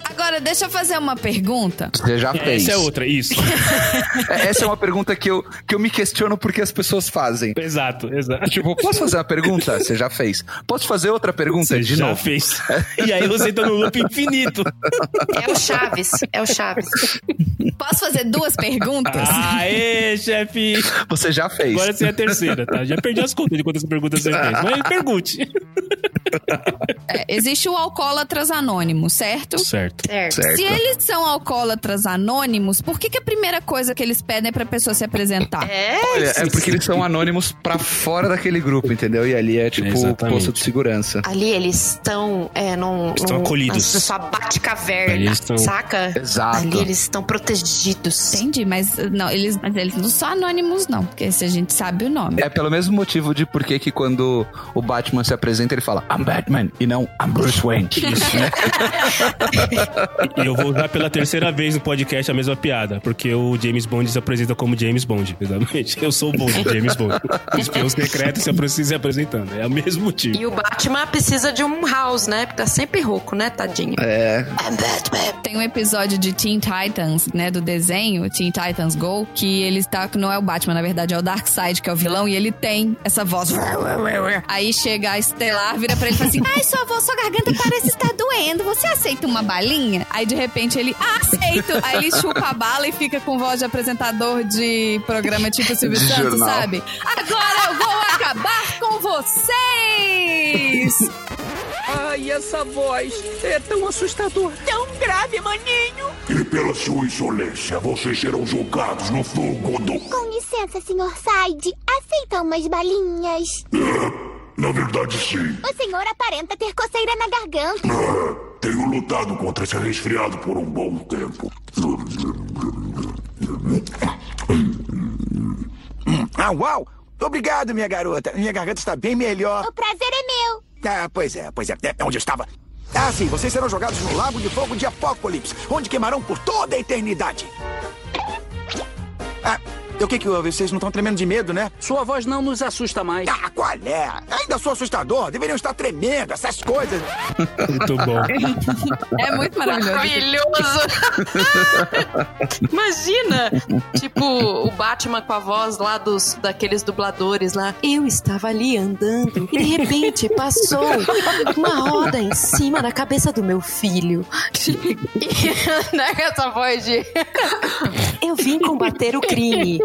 Speaker 3: Agora, deixa eu fazer uma pergunta.
Speaker 4: Você já fez.
Speaker 2: Essa é outra, isso.
Speaker 4: É, Essa é uma pergunta que eu, que eu me questiono porque as pessoas fazem.
Speaker 2: exato, exato.
Speaker 4: Tipo, posso fazer uma pergunta? Você já fez. Posso fazer outra pergunta
Speaker 2: Você
Speaker 4: de
Speaker 2: já
Speaker 4: novo?
Speaker 2: fez. E aí você tá no loop infinito.
Speaker 5: É o Chaves, é o Chaves.
Speaker 3: Posso fazer duas
Speaker 4: Tá
Speaker 3: perguntas?
Speaker 2: Ah.
Speaker 4: assim.
Speaker 2: Aê,
Speaker 4: É
Speaker 2: chefe!
Speaker 4: Você já fez.
Speaker 2: Agora você é a terceira, tá? Já perdi as contas de quantas perguntas você fez. Mas pergunte.
Speaker 3: É, existe o alcoólatras anônimo, certo?
Speaker 2: Certo.
Speaker 5: Certo.
Speaker 3: Se
Speaker 2: é
Speaker 4: Certo.
Speaker 3: eles são alcoólatras anônimos, por que, que a primeira coisa que eles pedem é pra pessoa se apresentar?
Speaker 5: É,
Speaker 4: Olha, é porque eles são anônimos pra fora daquele grupo, entendeu? E ali é tipo o
Speaker 2: Exatamente.
Speaker 4: posto de segurança.
Speaker 5: ali eles estão é, num,
Speaker 2: Estão
Speaker 5: num-
Speaker 2: acolhidos.
Speaker 5: Na sua
Speaker 2: Ali
Speaker 5: bate-caverna,
Speaker 2: eles estão-
Speaker 5: saca?
Speaker 4: Exato.
Speaker 5: Ali eles estão protegidos.
Speaker 3: Entendi, mas uh, não, eles, mas eles não são anônimos, não, porque se a gente sabe o nome.
Speaker 4: É pelo mesmo motivo de por que que quando o Batman se apresenta, ele fala I'm Batman e não I'm Bruce Wayne.
Speaker 2: né? E eu vou usar pela terceira vez no podcast a mesma piada, porque o James Bond se apresenta como James Bond, exatamente. Eu sou o Bond, James Bond. Os peões secretos se apre- se apresentando, é o mesmo motivo.
Speaker 5: E o Batman precisa de um house, né? Porque tá sempre rouco, né, tadinho?
Speaker 4: É,
Speaker 5: I'm Batman.
Speaker 3: Tem um episódio de Teen Titans, né, do desenho, Teen Titans Go, que ele tá, que não é o Batman, na verdade, é o Darkseid, que é o vilão, e ele tem essa voz. Aí chega a Estelar, vira pra ele e fala assim,
Speaker 6: Ai, sua avó, sua garganta parece
Speaker 3: tá
Speaker 6: estar doendo. Você aceita uma balinha?
Speaker 3: Aí de repente ele, ah, aceito! Aí ele chupa a bala e fica com voz de apresentador de programa tipo Silvio
Speaker 4: De
Speaker 3: Santos,
Speaker 4: jornal.
Speaker 3: sabe? Agora eu vou acabar com vocês!
Speaker 9: E pela sua insolência, vocês serão julgados no fogo do.
Speaker 10: Com licença, senhor Side. Aceita umas balinhas?
Speaker 9: Na verdade, sim.
Speaker 10: O senhor aparenta ter coceira na garganta.
Speaker 9: Ah, Tenho lutado contra esse resfriado por um bom tempo.
Speaker 8: Ah, uau! Obrigado, minha garota. Minha garganta está bem melhor.
Speaker 10: O prazer é meu.
Speaker 8: Ah, pois é, pois é. É onde eu estava. Ah, sim, vocês serão jogados no lago de fogo de Apocalipse, onde queimarão por toda a eternidade. Ah, o que que houve? Vocês não estão tremendo de medo, né?
Speaker 11: Sua voz não nos assusta mais.
Speaker 8: Ah, qual é? Ainda sou assustador. Deveriam estar tremendo, essas coisas.
Speaker 2: Muito bom.
Speaker 3: É muito maravilhoso.
Speaker 5: Maravilhoso! Imagina! Tipo, o Batman com a voz lá dos daqueles dubladores lá. Eu estava ali andando e de repente passou uma roda em cima da é cabeça do meu filho. E, né, essa voz de. Eu vim combater o crime.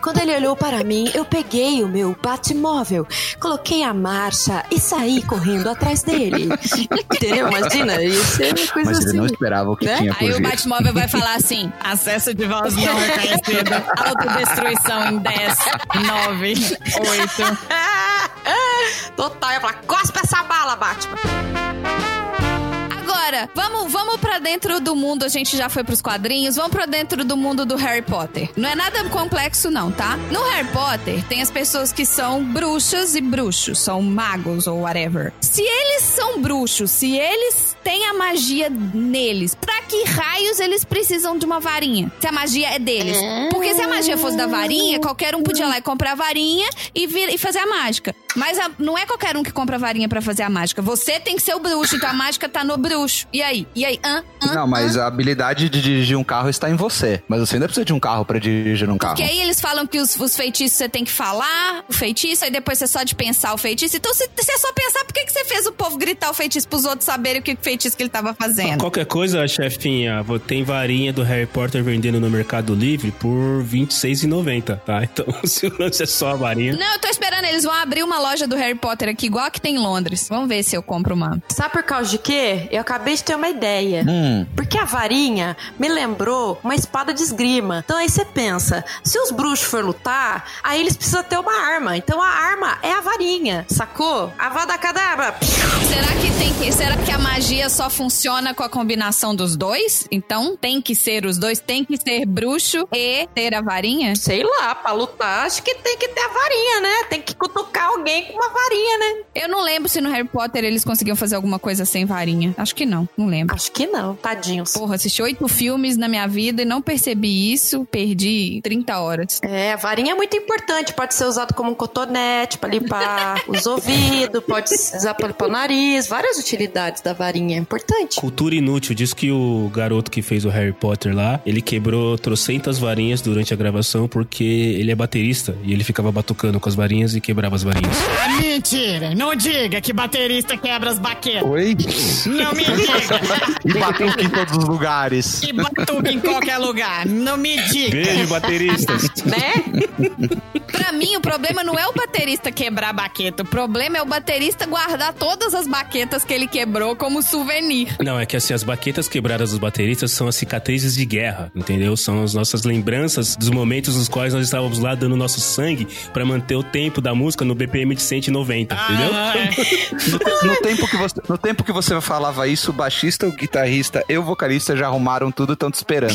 Speaker 5: Quando ele olhou para mim, eu peguei o meu batmóvel, coloquei a marcha e saí correndo atrás dele. Entendeu? Imagina, isso é uma coisa
Speaker 4: Mas ele
Speaker 5: assim.
Speaker 4: não esperava o que
Speaker 5: né?
Speaker 4: tinha por
Speaker 6: Aí o
Speaker 4: vir.
Speaker 6: Batmóvel vai falar assim: acesso de voz não reconhecido, autodestruição em 10, 9, 8.
Speaker 5: Total, eu ia falar, cospe essa bala, Batman.
Speaker 3: Agora, vamos, vamos pra dentro do mundo, a gente já foi pros quadrinhos, vamos pra dentro do mundo do Harry Potter. Não é nada complexo não, tá? No Harry Potter, tem as pessoas que são bruxas e bruxos, são magos ou whatever. Se eles são bruxos, se eles têm a magia neles, pra que raios eles precisam de uma varinha? Se a magia é deles. Porque se a magia fosse da varinha, qualquer um podia lá e comprar a varinha e, vir- e fazer a mágica. Mas a- não é qualquer um que compra a varinha pra fazer a mágica. Você tem que ser o bruxo, então a mágica tá no bruxo. E aí? E aí? Hã? Hã?
Speaker 4: Não, mas a habilidade de dirigir um carro está em você. Mas você ainda precisa de um carro pra dirigir um carro.
Speaker 3: Porque aí eles falam que os, os feitiços você tem que falar, o feitiço, aí depois você só de pensar o feitiço. Então, se você só pensar, por que, que você fez o povo gritar o feitiço pros outros saberem o que feitiço que ele tava fazendo?
Speaker 2: Qualquer coisa, chefinha, vou- tem varinha do Harry Potter vendendo no Mercado Livre por R$26,90, tá? Então, se o lance é só a varinha.
Speaker 3: Não, eu tô esperando, eles vão abrir uma loja do Harry Potter aqui, igual a que tem em Londres. Vamos ver se eu compro uma.
Speaker 5: Sabe por causa de quê? Eu acabei de ter uma ideia.
Speaker 4: Hum.
Speaker 5: Porque a varinha me lembrou uma espada de esgrima. Então aí você pensa, se os bruxos for lutar, aí eles precisam ter uma arma. Então a arma é a varinha, sacou? A vada cadabra.
Speaker 3: Será que tem que, será que a magia só funciona com a combinação dos dois? Então tem que ser os dois, tem que ser bruxo e ter a varinha?
Speaker 5: Sei lá, pra lutar, acho que tem que ter a varinha, né? Tem que cutucar alguém com uma varinha, né?
Speaker 3: Eu não lembro se no Harry Potter eles conseguiam fazer alguma coisa sem varinha. Acho que não, não lembro.
Speaker 5: Acho que não, tadinhos.
Speaker 3: Porra, assisti oito filmes na minha vida e não percebi isso, perdi 30 horas.
Speaker 5: É, a varinha é muito importante. Pode ser usado como um cotonete pra limpar os ouvidos, pode usar pra limpar o nariz. Várias utilidades da varinha. É importante.
Speaker 2: Cultura inútil. Diz que o garoto que fez o Harry Potter lá, ele quebrou trocentas varinhas durante a gravação porque ele é baterista e ele ficava batucando com as varinhas e quebrava as varinhas.
Speaker 12: Ah, mentira! Não diga que baterista quebra as baquetas.
Speaker 4: Oi?
Speaker 12: Não me diga!
Speaker 4: e batuque em todos os lugares.
Speaker 12: E batuca em qualquer lugar. Não me diga!
Speaker 2: Beijo, bateristas!
Speaker 5: Né?
Speaker 3: Pra mim, o problema não é o baterista quebrar a baqueta. O problema é o baterista guardar todas as baquetas que ele quebrou como souvenir.
Speaker 2: Não, é que assim, as baquetas quebradas dos bateristas são as cicatrizes de guerra, entendeu? São as nossas lembranças dos momentos nos quais nós estávamos lá dando nosso sangue pra manter o tempo da música no BPM de 190, entendeu?
Speaker 12: Ah, é.
Speaker 4: No, te- no tempo que você, no tempo que você falava isso, o baixista, o guitarrista e o vocalista já arrumaram tudo, estão te esperando.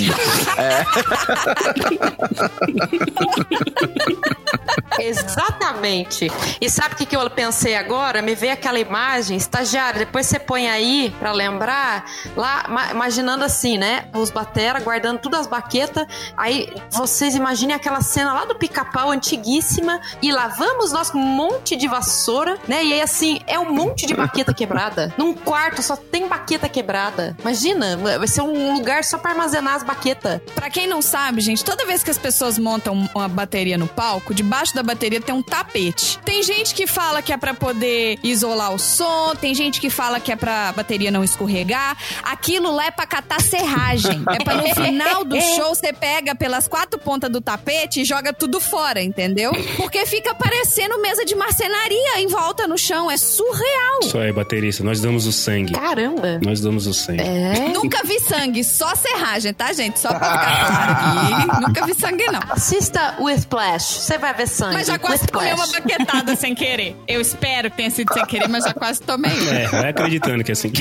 Speaker 5: Exatamente. E sabe o que, que eu pensei agora? Me veio aquela imagem, estagiário, depois você põe aí pra lembrar, lá, ma- imaginando assim, né? Os batera guardando todas as baquetas. Aí vocês imaginem aquela cena lá do pica-pau antiguíssima e lavamos nós com um monte de vassoura, né? E aí assim, é um monte de baqueta quebrada. Num quarto só tem baqueta quebrada. Imagina, vai ser um lugar só pra armazenar as baquetas.
Speaker 3: Pra quem não sabe, gente, toda vez que as pessoas montam uma bateria no palco, debaixo da bateria tem um tapete. Tem gente que fala que é pra poder isolar o som, tem gente que fala que é pra bateria não escorregar. Aquilo lá é pra catar serragem. É pra no final do show você pega pelas quatro pontas do tapete e joga tudo fora, entendeu? Porque fica parecendo mesa de marcenaria em volta no chão. É surreal.
Speaker 2: Só é baterista, nós damos o sangue.
Speaker 5: Caramba!
Speaker 2: Nós damos o sangue.
Speaker 5: É.
Speaker 3: Nunca vi sangue, só serragem, tá, gente? Só pra ficar claro aqui. Nunca vi sangue, não.
Speaker 5: Assista o Splash, você vai ver sangue.
Speaker 6: Mas já
Speaker 5: O
Speaker 6: quase tomei uma
Speaker 5: Splash.
Speaker 6: baquetada sem querer. Eu espero que tenha sido sem querer, mas já quase tomei.
Speaker 2: É, vai acreditando que é assim.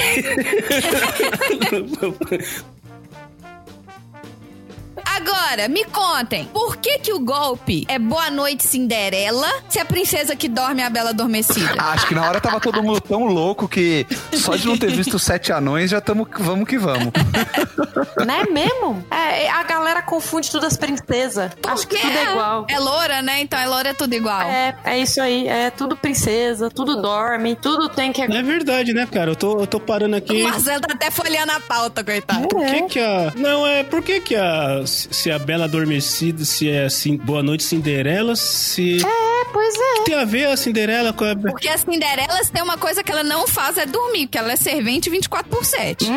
Speaker 3: Agora, me contem, por que que o golpe é Boa Noite Cinderela se a princesa que dorme é a Bela Adormecida?
Speaker 4: Acho que na hora tava todo mundo tão louco que só de não ter visto os sete anões já tamo, vamos que vamos.
Speaker 5: Não é mesmo? É, a galera confunde tudo as princesas. Acho que
Speaker 3: Porque
Speaker 5: tudo é igual.
Speaker 3: É loura, né? Então é loura é tudo igual.
Speaker 5: É, é isso aí. É tudo princesa, tudo dorme, tudo tem que.
Speaker 2: É verdade, né, cara? Eu tô, eu tô parando aqui.
Speaker 3: O Marcelo tá até folheando a pauta, coitado.
Speaker 2: Por é, que que a... Não, é... Por que que a C- se é a Bela Adormecida, se é assim, Boa Noite Cinderela, se.
Speaker 3: É, pois é.
Speaker 2: Tem a ver a Cinderela com a.
Speaker 3: Porque as Cinderelas tem uma coisa que ela não faz, é dormir, porque ela é servente 24 por 7.
Speaker 5: Hum?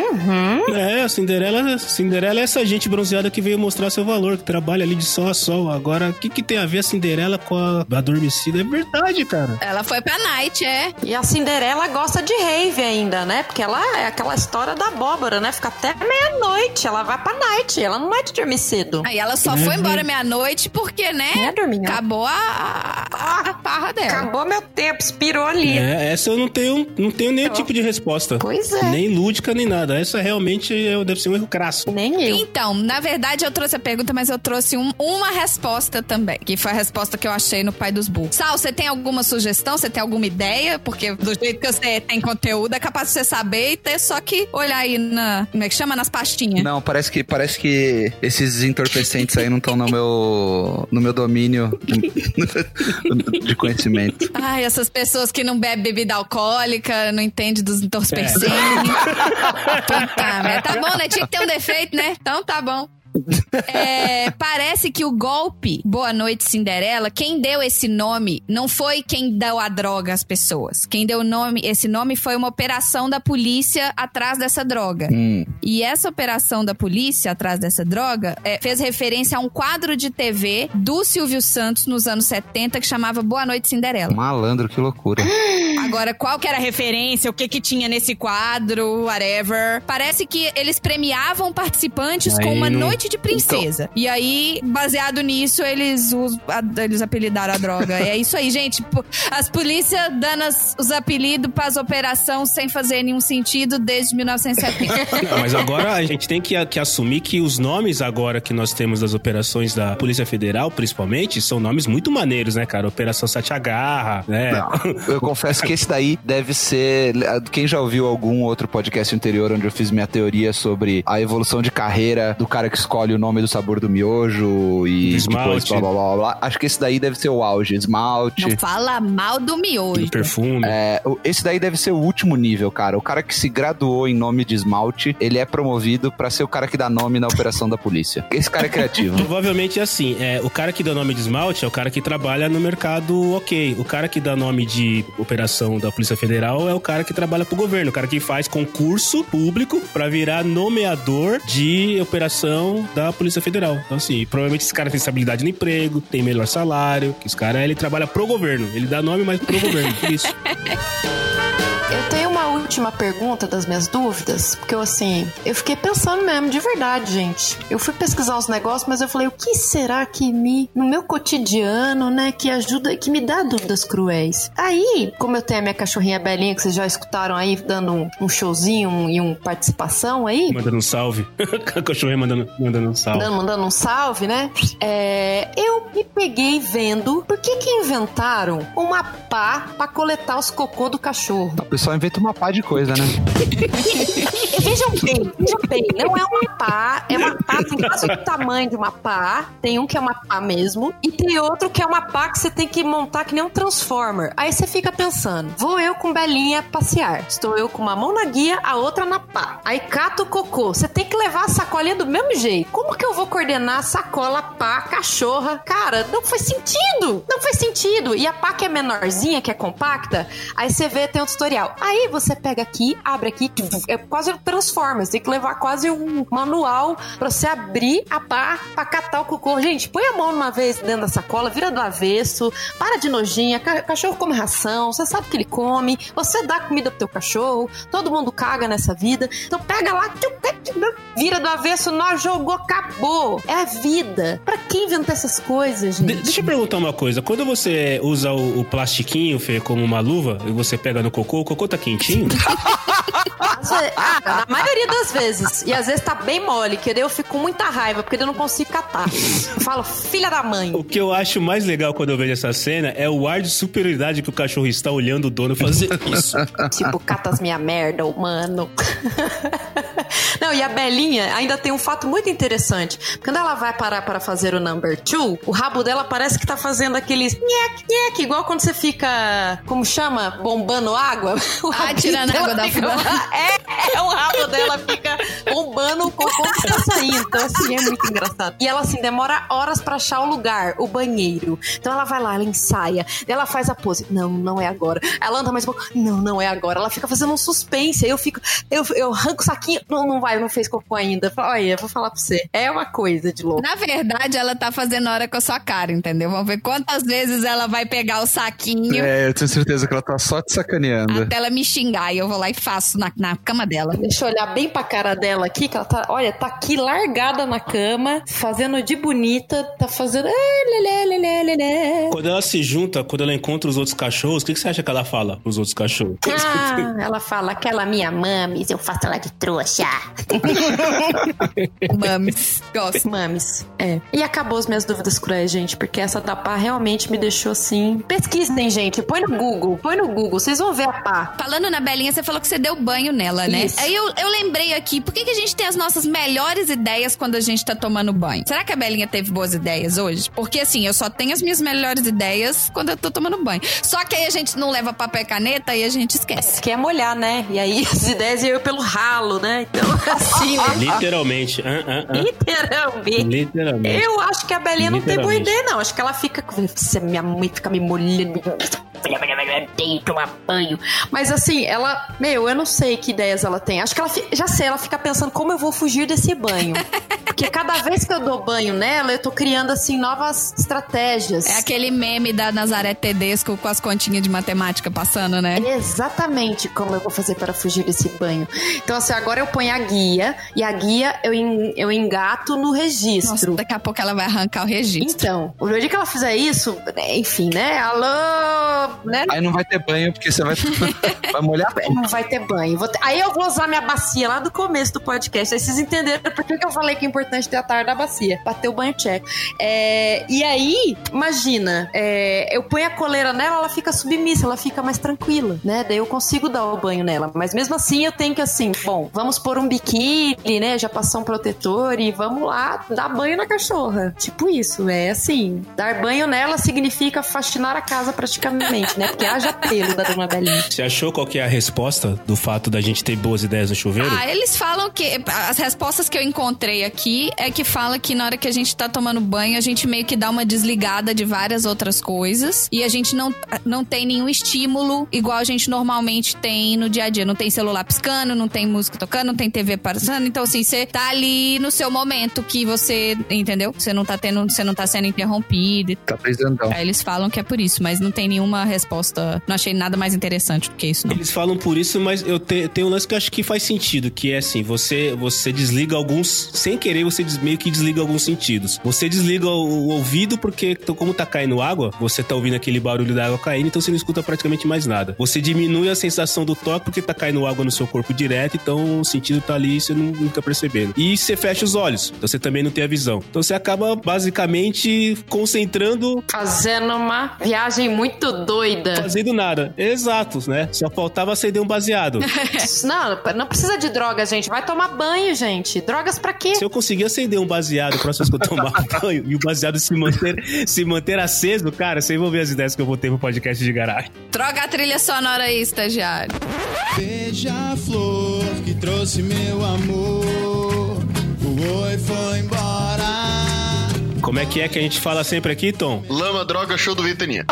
Speaker 2: É, a Cinderela, a Cinderela é essa gente bronzeada que veio mostrar seu valor, que trabalha ali de sol a sol. Agora, o que, que tem a ver a Cinderela com a Adormecida? É verdade, cara.
Speaker 3: Ela foi pra Night, é.
Speaker 5: E a Cinderela gosta de rave ainda, né? Porque ela é aquela história da abóbora, né? Fica até meia-noite. Ela vai pra night. Ela não vai te dormir cedo.
Speaker 3: Aí ela só
Speaker 5: É,
Speaker 3: foi
Speaker 5: né?
Speaker 3: embora meia-noite porque, né?
Speaker 5: É, dorminhoca.
Speaker 3: Acabou a, a, a parra dela.
Speaker 5: Acabou meu tempo, expirou ali.
Speaker 2: É, essa eu não tenho, não tenho
Speaker 3: Tá
Speaker 2: nenhum tipo de resposta.
Speaker 5: Pois é.
Speaker 2: Nem lúdica, nem nada. Essa realmente é- deve ser um erro crasso.
Speaker 5: Nem eu.
Speaker 3: Então, na verdade eu trouxe a pergunta, mas eu trouxe um- uma resposta também, que foi a resposta que eu achei no Pai dos Burros. Sal, você tem alguma sugestão? Você tem alguma ideia? Porque do jeito que você tem conteúdo, é capaz de você saber e ter só que olhar aí na. Como é que chama? Nas pastinhas.
Speaker 4: Não, parece que, parece que esses entorpecentes aí não estão no meu, no meu domínio de conhecimento.
Speaker 3: Ai, essas pessoas que não bebem bebida alcoólica, não entende dos entorpecentes. Puta merda. Tá bom, né? Tinha que ter um defeito, né? Então tá bom. É, parece que o golpe Boa Noite Cinderela, quem deu esse nome não foi quem deu a droga às pessoas. Quem deu o nome, esse nome foi uma operação da polícia atrás dessa droga. E essa operação da polícia atrás dessa droga é, fez referência a um quadro de TV do Silvio Santos nos anos 70 que chamava Boa Noite Cinderela.
Speaker 4: Malandro, que loucura.
Speaker 3: Agora, qual que era a referência, o que que tinha nesse quadro, whatever. Parece que eles premiavam participantes
Speaker 2: Aí
Speaker 3: com uma
Speaker 2: não- Então-
Speaker 3: noite de princesa. E aí, baseado nisso, eles, us- a- eles apelidaram a droga. é isso aí, gente. Pô, As polícias dando as- os apelidos pras operações sem fazer nenhum sentido desde 1970.
Speaker 2: Não, mas agora a gente tem que, que assumir que os nomes agora que nós temos das operações da Polícia Federal, principalmente, são nomes muito maneiros, né, cara? Operação Satiagarra, né?
Speaker 4: Eu confesso que esse daí deve ser. Quem já ouviu algum outro podcast anterior onde eu fiz minha teoria sobre a evolução de carreira do cara que escolhe o nome do sabor do miojo e
Speaker 2: Do
Speaker 4: depois
Speaker 2: esmalte.
Speaker 4: blá blá blá blá, blá. Acho que esse daí deve ser o auge. Esmalte.
Speaker 3: Não fala mal do miojo.
Speaker 2: Perfume.
Speaker 4: É, o- esse daí deve ser o último nível, cara. O cara que se graduou em nome de esmalte, ele é promovido pra ser o cara que dá nome na operação da polícia. Esse cara é criativo.
Speaker 2: Provavelmente é assim, é, o cara que dá nome de esmalte é o cara que trabalha no mercado ok. O cara que dá nome de operação da Polícia Federal é o cara que trabalha pro governo, o cara que faz concurso público pra virar nomeador de operação da Polícia Federal. Então, assim, provavelmente esse cara tem estabilidade no emprego, tem melhor salário, que esse cara ele trabalha pro governo. Ele dá nome, mas pro governo. Por isso.
Speaker 5: Eu tenho uma última pergunta das minhas dúvidas, porque eu assim, eu fiquei pensando mesmo, de verdade, gente. Eu fui pesquisar uns negócios, mas eu falei, o que será que me, no meu cotidiano, né, que ajuda, que me dá dúvidas cruéis? Aí, como eu tenho a minha cachorrinha Belinha, que vocês já escutaram aí, dando um, um showzinho um- e um participação aí,
Speaker 2: Mandando um salve. A cachorrinha mandando, mandando um salve.
Speaker 5: Mandando, mandando um salve, né? É, eu me peguei vendo por que que inventaram uma pá pra coletar os cocô do cachorro.
Speaker 4: O pessoal inventa uma pá de coisa, né?
Speaker 5: vejam bem, vejam bem, não é uma pá, é uma pá, tem quase o tamanho de uma pá. Tem um que é uma pá mesmo, e tem outro que é uma pá que você tem que montar que nem um transformer. Aí você fica pensando: vou eu com Belinha passear. Estou eu com uma mão na guia, a outra na pá. Aí cata o cocô. Você tem que levar a sacolinha do mesmo jeito. Como que eu vou coordenar a sacola, pá, cachorra? Cara, não faz sentido! Não faz sentido! E a pá que é menorzinha, que é compacta, aí você vê, tem um tutorial. Aí você pega aqui, abre aqui, é quase um transforma. Você tem que levar quase um manual pra você abrir a pá pra catar o cocô. Gente, põe a mão uma vez dentro da sacola, vira do avesso, para de nojinha, ca- cachorro come ração, você sabe que ele come, você dá comida pro teu cachorro, todo mundo caga nessa vida. Então pega lá, tchum, tchum, tchum, vira do avesso, nós jogou, acabou. É a vida. Pra quem inventar essas coisas, gente?
Speaker 2: De- deixa eu perguntar uma coisa. Quando você usa o, o plastiquinho, Fê, como uma luva, e você pega no cocô, o cocô tá quentinho?
Speaker 5: Às ve- Ah, na maioria das vezes. E às vezes tá bem mole, que daí eu fico com muita raiva, porque daí eu não consigo catar. Eu falo, filha da mãe.
Speaker 2: O que eu acho mais legal quando eu vejo essa cena é o ar de superioridade que o cachorro está olhando o dono fazer isso.
Speaker 5: Tipo, cata as minha merda, humano. Não, e a Belinha ainda tem um fato muito interessante. Quando ela vai parar para fazer o number two, o rabo dela parece que tá fazendo aqueles nhec, nhec, igual quando você fica, como chama? Bombando água. O
Speaker 3: Ah, tirando
Speaker 5: dela
Speaker 3: água da
Speaker 5: fica-
Speaker 3: fumaça.
Speaker 5: É, é, o rabo dela fica
Speaker 13: bombando o cocô que tá saindo. Então, assim, é muito engraçado. E ela, assim, demora horas pra achar o lugar, o banheiro. Então, ela vai lá, ela ensaia, ela faz a pose. Não, não é agora. Ela anda mais um pouco. Não, não é agora. Ela fica fazendo um suspense. Aí eu fico, eu, eu arranco o saquinho. Não, não vai, não fez cocô ainda. Eu falo, Olha, eu vou falar pra você. É uma coisa de louco.
Speaker 3: Na verdade, ela tá fazendo hora com a sua cara, entendeu? Vamos ver quantas vezes ela vai pegar o saquinho
Speaker 4: É, eu tenho certeza que ela tá só te sacaneando.
Speaker 3: até ela me xingar. E eu vou lá e faço na, na cama dela.
Speaker 13: Deixa eu olhar bem pra cara dela aqui, que ela tá, olha, tá aqui largada na cama, fazendo de bonita, tá fazendo. "Ah, lelé, lelé, lelé".
Speaker 2: Quando ela se junta, quando ela encontra os outros cachorros, o que, que você acha que ela fala pros outros cachorros?
Speaker 13: Ah, ela fala, aquela minha mames, eu faço ela de trouxa.
Speaker 3: Mames. Gosto.
Speaker 13: Mames, é. E acabou as minhas dúvidas cruéis, gente, porque essa da pá realmente me deixou assim. Pesquisem, gente, põe no Google, põe no Google, vocês vão ver a pá.
Speaker 3: Falando na Belinha, você falou que você deu banho nela, né?
Speaker 13: Isso.
Speaker 3: Aí eu, eu lembrei aqui, por que, que a gente tem as nossas melhores ideias quando a gente tá tomando banho? Será que a Belinha teve boas ideias hoje? Porque assim, eu só tenho as minhas melhores ideias quando eu tô tomando banho. Só que aí a gente não leva papel e caneta e a gente esquece.
Speaker 13: Que é molhar, né? E aí as ideias iam pelo ralo, né? Então, assim, né?
Speaker 2: Literalmente. Hã, hã, hã.
Speaker 13: Literalmente.
Speaker 2: Literalmente.
Speaker 13: Eu acho que a Belinha não tem boa
Speaker 2: Literalmente.
Speaker 13: ideia, não. Acho que ela fica. com- "Se Minha mãe fica me molhando. Tem que tomar banho. Mas assim, ela. Meu, eu não sei que ideias ela tem. Acho que ela. fi- Já sei, ela fica pensando como eu vou fugir desse banho. Porque cada vez que eu dou banho nela, eu tô criando, assim, novas estratégias.
Speaker 3: É aquele meme da Nazaré Tedesco com as continhas de matemática passando, né?
Speaker 13: Exatamente como eu vou fazer para fugir desse banho. Então, assim, agora eu ponho a guia e a guia eu, en- eu engato no registro.
Speaker 3: Nossa, daqui a pouco ela vai arrancar o registro.
Speaker 13: Então, o dia que ela fizer isso, né, enfim, né? Alô, né?
Speaker 4: Aí não vai ter banho, porque você vai, vai molhar tudo.
Speaker 13: Não vai ter banho. Vou ter- Aí eu vou usar minha bacia lá do começo do podcast. Aí vocês entenderam por que que eu falei que é importante ter a tarde da bacia. Pra ter o banho check. É, E aí, imagina, é, eu ponho a coleira nela, ela fica submissa, ela fica mais tranquila, né? Daí eu consigo dar o banho nela. Mas mesmo assim, eu tenho que assim, bom, vamos pôr um biquíni, né? Já passar um protetor e vamos lá dar banho na cachorra. Tipo isso, é assim. Dar banho nela significa faxinar a casa praticamente, né? Porque haja pelo da dona Belinha.
Speaker 2: Você achou qual que é a resposta do fato da gente ter boas ideias no chuveiro?
Speaker 3: Ah, eles falam que. As respostas que eu encontrei aqui é que fala que na hora que a gente tá tomando banho, a gente meio que dá uma desligada de várias outras coisas. E a gente não, não tem nenhum estímulo igual a gente normalmente tem no dia a dia. Não tem celular piscando, não tem música tocando, não tem TV passando. Então, assim, você tá ali no seu momento que você. Entendeu? Você não tá tendo. Você não tá sendo interrompido.
Speaker 4: Tá presentão.
Speaker 3: Aí eles falam que é por isso, mas não tem nenhuma resposta. Não achei nada mais interessante do que isso, não.
Speaker 2: Eles falam por isso, mas eu te- tenho um lance que eu acho que faz sentido, que é assim, você você desliga alguns, sem querer, você des- meio que desliga alguns sentidos. Você desliga o, o ouvido porque então, como tá caindo água, você tá ouvindo aquele barulho da água caindo, então você não escuta praticamente mais nada. Você diminui a sensação do toque porque tá caindo água no seu corpo direto, então o sentido tá ali e você não, não tá percebendo. E você fecha os olhos, então você também não tem a visão. Então você acaba basicamente concentrando
Speaker 13: Fazendo uma viagem muito doida.
Speaker 2: fazendo nada. Exatos, né? Só faltava acender um baseado.
Speaker 13: Não, não precisa de droga, gente. Vai tomar banho, gente. Drogas pra quê?
Speaker 2: Se eu conseguir acender um baseado próximo que eu tomar banho e o baseado se manter, se manter aceso, cara, vocês vão ver as ideias que eu vou ter pro podcast de garagem.
Speaker 3: Troca a trilha sonora aí, estagiário.
Speaker 14: Veja a flor que trouxe meu amor. O oi foi embora.
Speaker 2: Como é que é que a gente fala sempre aqui, Tom?
Speaker 6: Lama, droga, show do Ventania.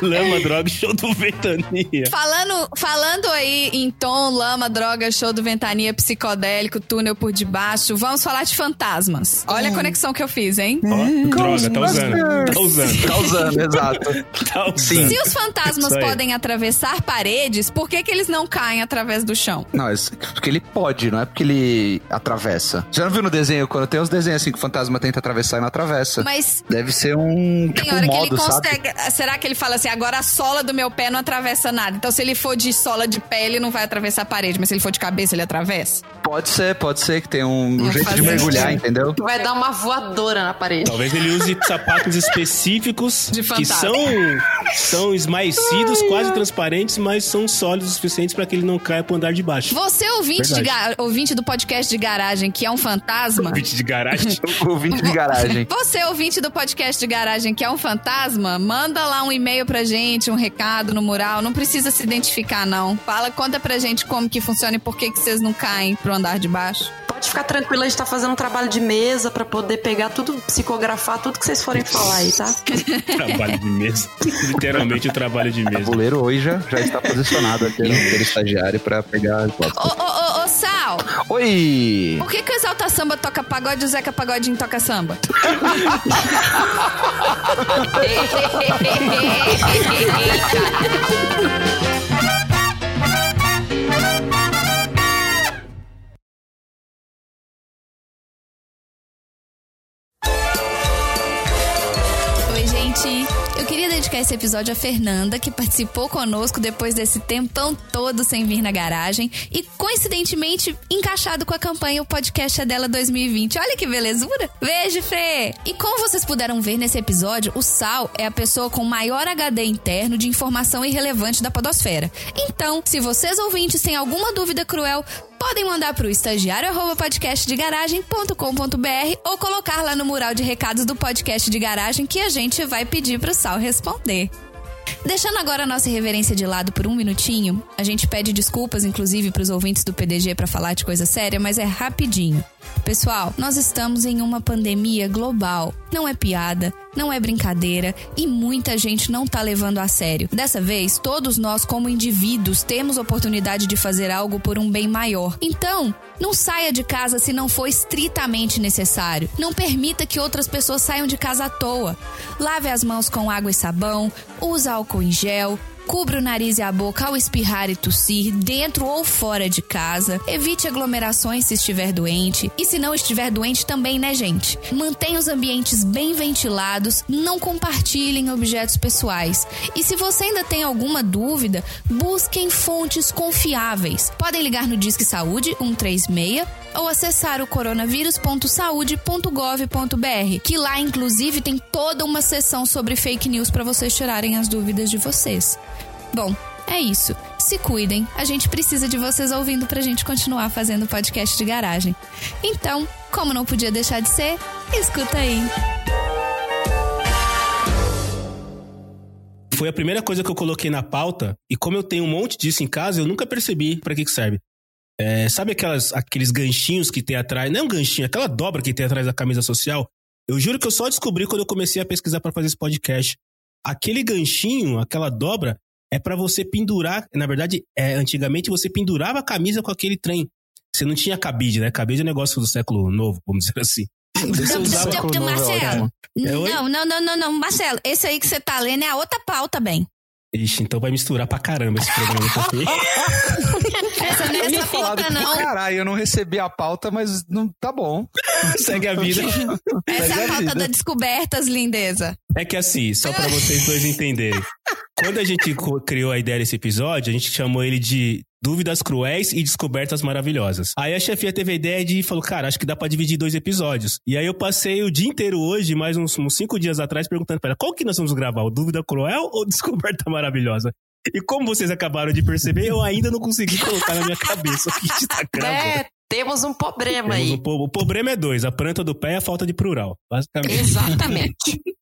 Speaker 2: Lama, droga, show do Ventania.
Speaker 3: Falando, falando aí em tom, lama, droga, show do Ventania, psicodélico, túnel por debaixo, vamos falar de fantasmas. Olha
Speaker 4: Hum.
Speaker 3: a conexão que eu fiz, hein?
Speaker 2: Ó, droga, tá usando. Tá usando.
Speaker 4: Causando, exato.
Speaker 2: Tá usando.
Speaker 3: Se os fantasmas
Speaker 4: Isso aí.
Speaker 3: podem atravessar paredes, por que, que eles não caem através do chão?
Speaker 4: Não, é porque ele pode, não é porque ele atravessa. Já não viu no desenho, quando tem uns desenhos assim que o fantasma tenta atravessar e não atravessa?
Speaker 3: Mas
Speaker 4: Deve ser um,
Speaker 3: tem
Speaker 4: tipo,
Speaker 3: hora
Speaker 4: um
Speaker 3: que ele
Speaker 4: modo, sabe?
Speaker 3: consegue. Será que ele fala assim, agora a sola do meu pé não atravessa nada? Então, se ele for de sola de pé, ele não vai atravessar a parede, mas se ele for de cabeça, ele atravessa?
Speaker 4: Pode ser, pode ser que tenha um, um jeito de mergulhar, entendeu?
Speaker 5: Vai dar uma voadora na parede.
Speaker 2: Talvez ele use sapatos específicos
Speaker 5: De
Speaker 2: que
Speaker 5: fantasma.
Speaker 2: são, são esmaecidos, quase transparentes, mas são sólidos o suficiente para que ele não caia pro andar de baixo.
Speaker 3: Você, ouvinte, de ga- ouvinte do podcast de garagem, que é um fantasma.
Speaker 2: Ouvinte de garagem.
Speaker 4: Ouvinte de garagem.
Speaker 3: Você, ouvinte do podcast de garagem, que é um fantasma, manda lá um e-mail pra gente, um recado no mural. Não precisa se identificar, não. Fala, conta pra gente como que funciona e por que, que vocês não caem pro andar de baixo.
Speaker 5: Pode ficar tranquila, a gente tá fazendo um trabalho de mesa pra poder pegar tudo, psicografar tudo que vocês forem falar aí, tá?
Speaker 2: Trabalho de mesa. Literalmente o trabalho de
Speaker 4: O
Speaker 2: mesa.
Speaker 4: tabuleiro hoje já, já está posicionado aqui né? no inteiro é estagiário pra pegar a
Speaker 3: Ô,
Speaker 4: hipótese.
Speaker 3: ô, ô, ô, Sal,
Speaker 4: Oi!
Speaker 3: por que, que o Exalta Samba toca pagode e o Zeca Pagodinho toca samba? Oi, gente. Eu queria dedicar esse episódio à Fernanda, que participou conosco depois desse tempão todo sem vir na garagem e, coincidentemente, encaixado com a campanha O Podcast é Dela 2020. Olha que belezura! Beijo, Fê! E como vocês puderam ver nesse episódio, o Sal é a pessoa com maior HD interno de informação irrelevante da podosfera. Então, se vocês ouvintes têm alguma dúvida cruel, podem mandar para o estagiário@podcastdegaragem.com.br ou colocar lá no mural de recados do podcast de garagem que a gente vai pedir para o Sal responder. Deixando agora a nossa irreverência de lado por um minutinho, a gente pede desculpas, inclusive, para os ouvintes do PDG para falar de coisa séria, mas é rapidinho. Pessoal, nós estamos em uma pandemia global. Não é piada, não é brincadeira e muita gente não tá levando a sério. Dessa vez, todos nós, como indivíduos, temos oportunidade de fazer algo por um bem maior. Então, não saia de casa se não for estritamente necessário. Não permita que outras pessoas saiam de casa à toa. Lave as mãos com água e sabão, use álcool em gel. Cubra o nariz e a boca ao espirrar e tossir, dentro ou fora de casa. Evite aglomerações se estiver doente. E se não estiver doente também, né, gente? Mantenha os ambientes bem ventilados, não compartilhem objetos pessoais. E se você ainda tem alguma dúvida, busquem fontes confiáveis. Podem ligar no Disque Saúde 136 ou acessar o coronavírus.saude.gov.br, que lá inclusive tem toda uma seção sobre fake news para vocês tirarem as dúvidas de vocês. Bom, é isso. Se cuidem. A gente precisa de vocês ouvindo pra gente continuar fazendo podcast de garagem. Então, como não podia deixar de ser, escuta aí.
Speaker 2: Foi a primeira coisa que eu coloquei na pauta, e como eu tenho um monte disso em casa, eu nunca percebi pra que, que serve. É, sabe aquelas, aqueles ganchinhos que tem atrás? Não é um ganchinho, é aquela dobra que tem atrás da camisa social. Eu juro que eu só descobri quando eu comecei a pesquisar pra fazer esse podcast. Aquele ganchinho, aquela dobra, é pra você pendurar. Na verdade, é, antigamente você pendurava a camisa com aquele trem. Você não tinha cabide, né? Cabide é um negócio do século novo, vamos dizer assim. Você usava-
Speaker 3: Marcelo,
Speaker 2: É, oi?
Speaker 3: não, não, não, não, não, Marcelo, esse aí que você tá lendo é a outra pauta, bem.
Speaker 2: Ixi, então vai misturar pra caramba esse programa tá aqui.
Speaker 3: Essa não é essa pauta, não.
Speaker 4: Caralho, eu não recebi a pauta, mas não tá bom.
Speaker 2: Segue a vida.
Speaker 3: Essa é a
Speaker 2: Segue a
Speaker 3: pauta
Speaker 2: vida.
Speaker 3: das descobertas, lindeza.
Speaker 2: É que assim, só pra vocês dois entenderem. Quando a gente co- criou a ideia desse episódio, a gente chamou ele de Dúvidas Cruéis e Descobertas Maravilhosas. Aí a chefia teve a ideia de falou, cara, acho que dá pra dividir dois episódios. E aí eu passei o dia inteiro hoje, mais uns, uns cinco dias atrás, perguntando pra ela, qual que nós vamos gravar, o Dúvida Cruel ou Descoberta Maravilhosa? E como vocês acabaram de perceber, eu ainda não consegui colocar na minha cabeça o que a gente tá gravando.
Speaker 5: É, temos um problema
Speaker 2: Temos
Speaker 5: aí.
Speaker 2: um po- o problema é dois, a planta do pé e a falta de plural, basicamente.
Speaker 5: Exatamente.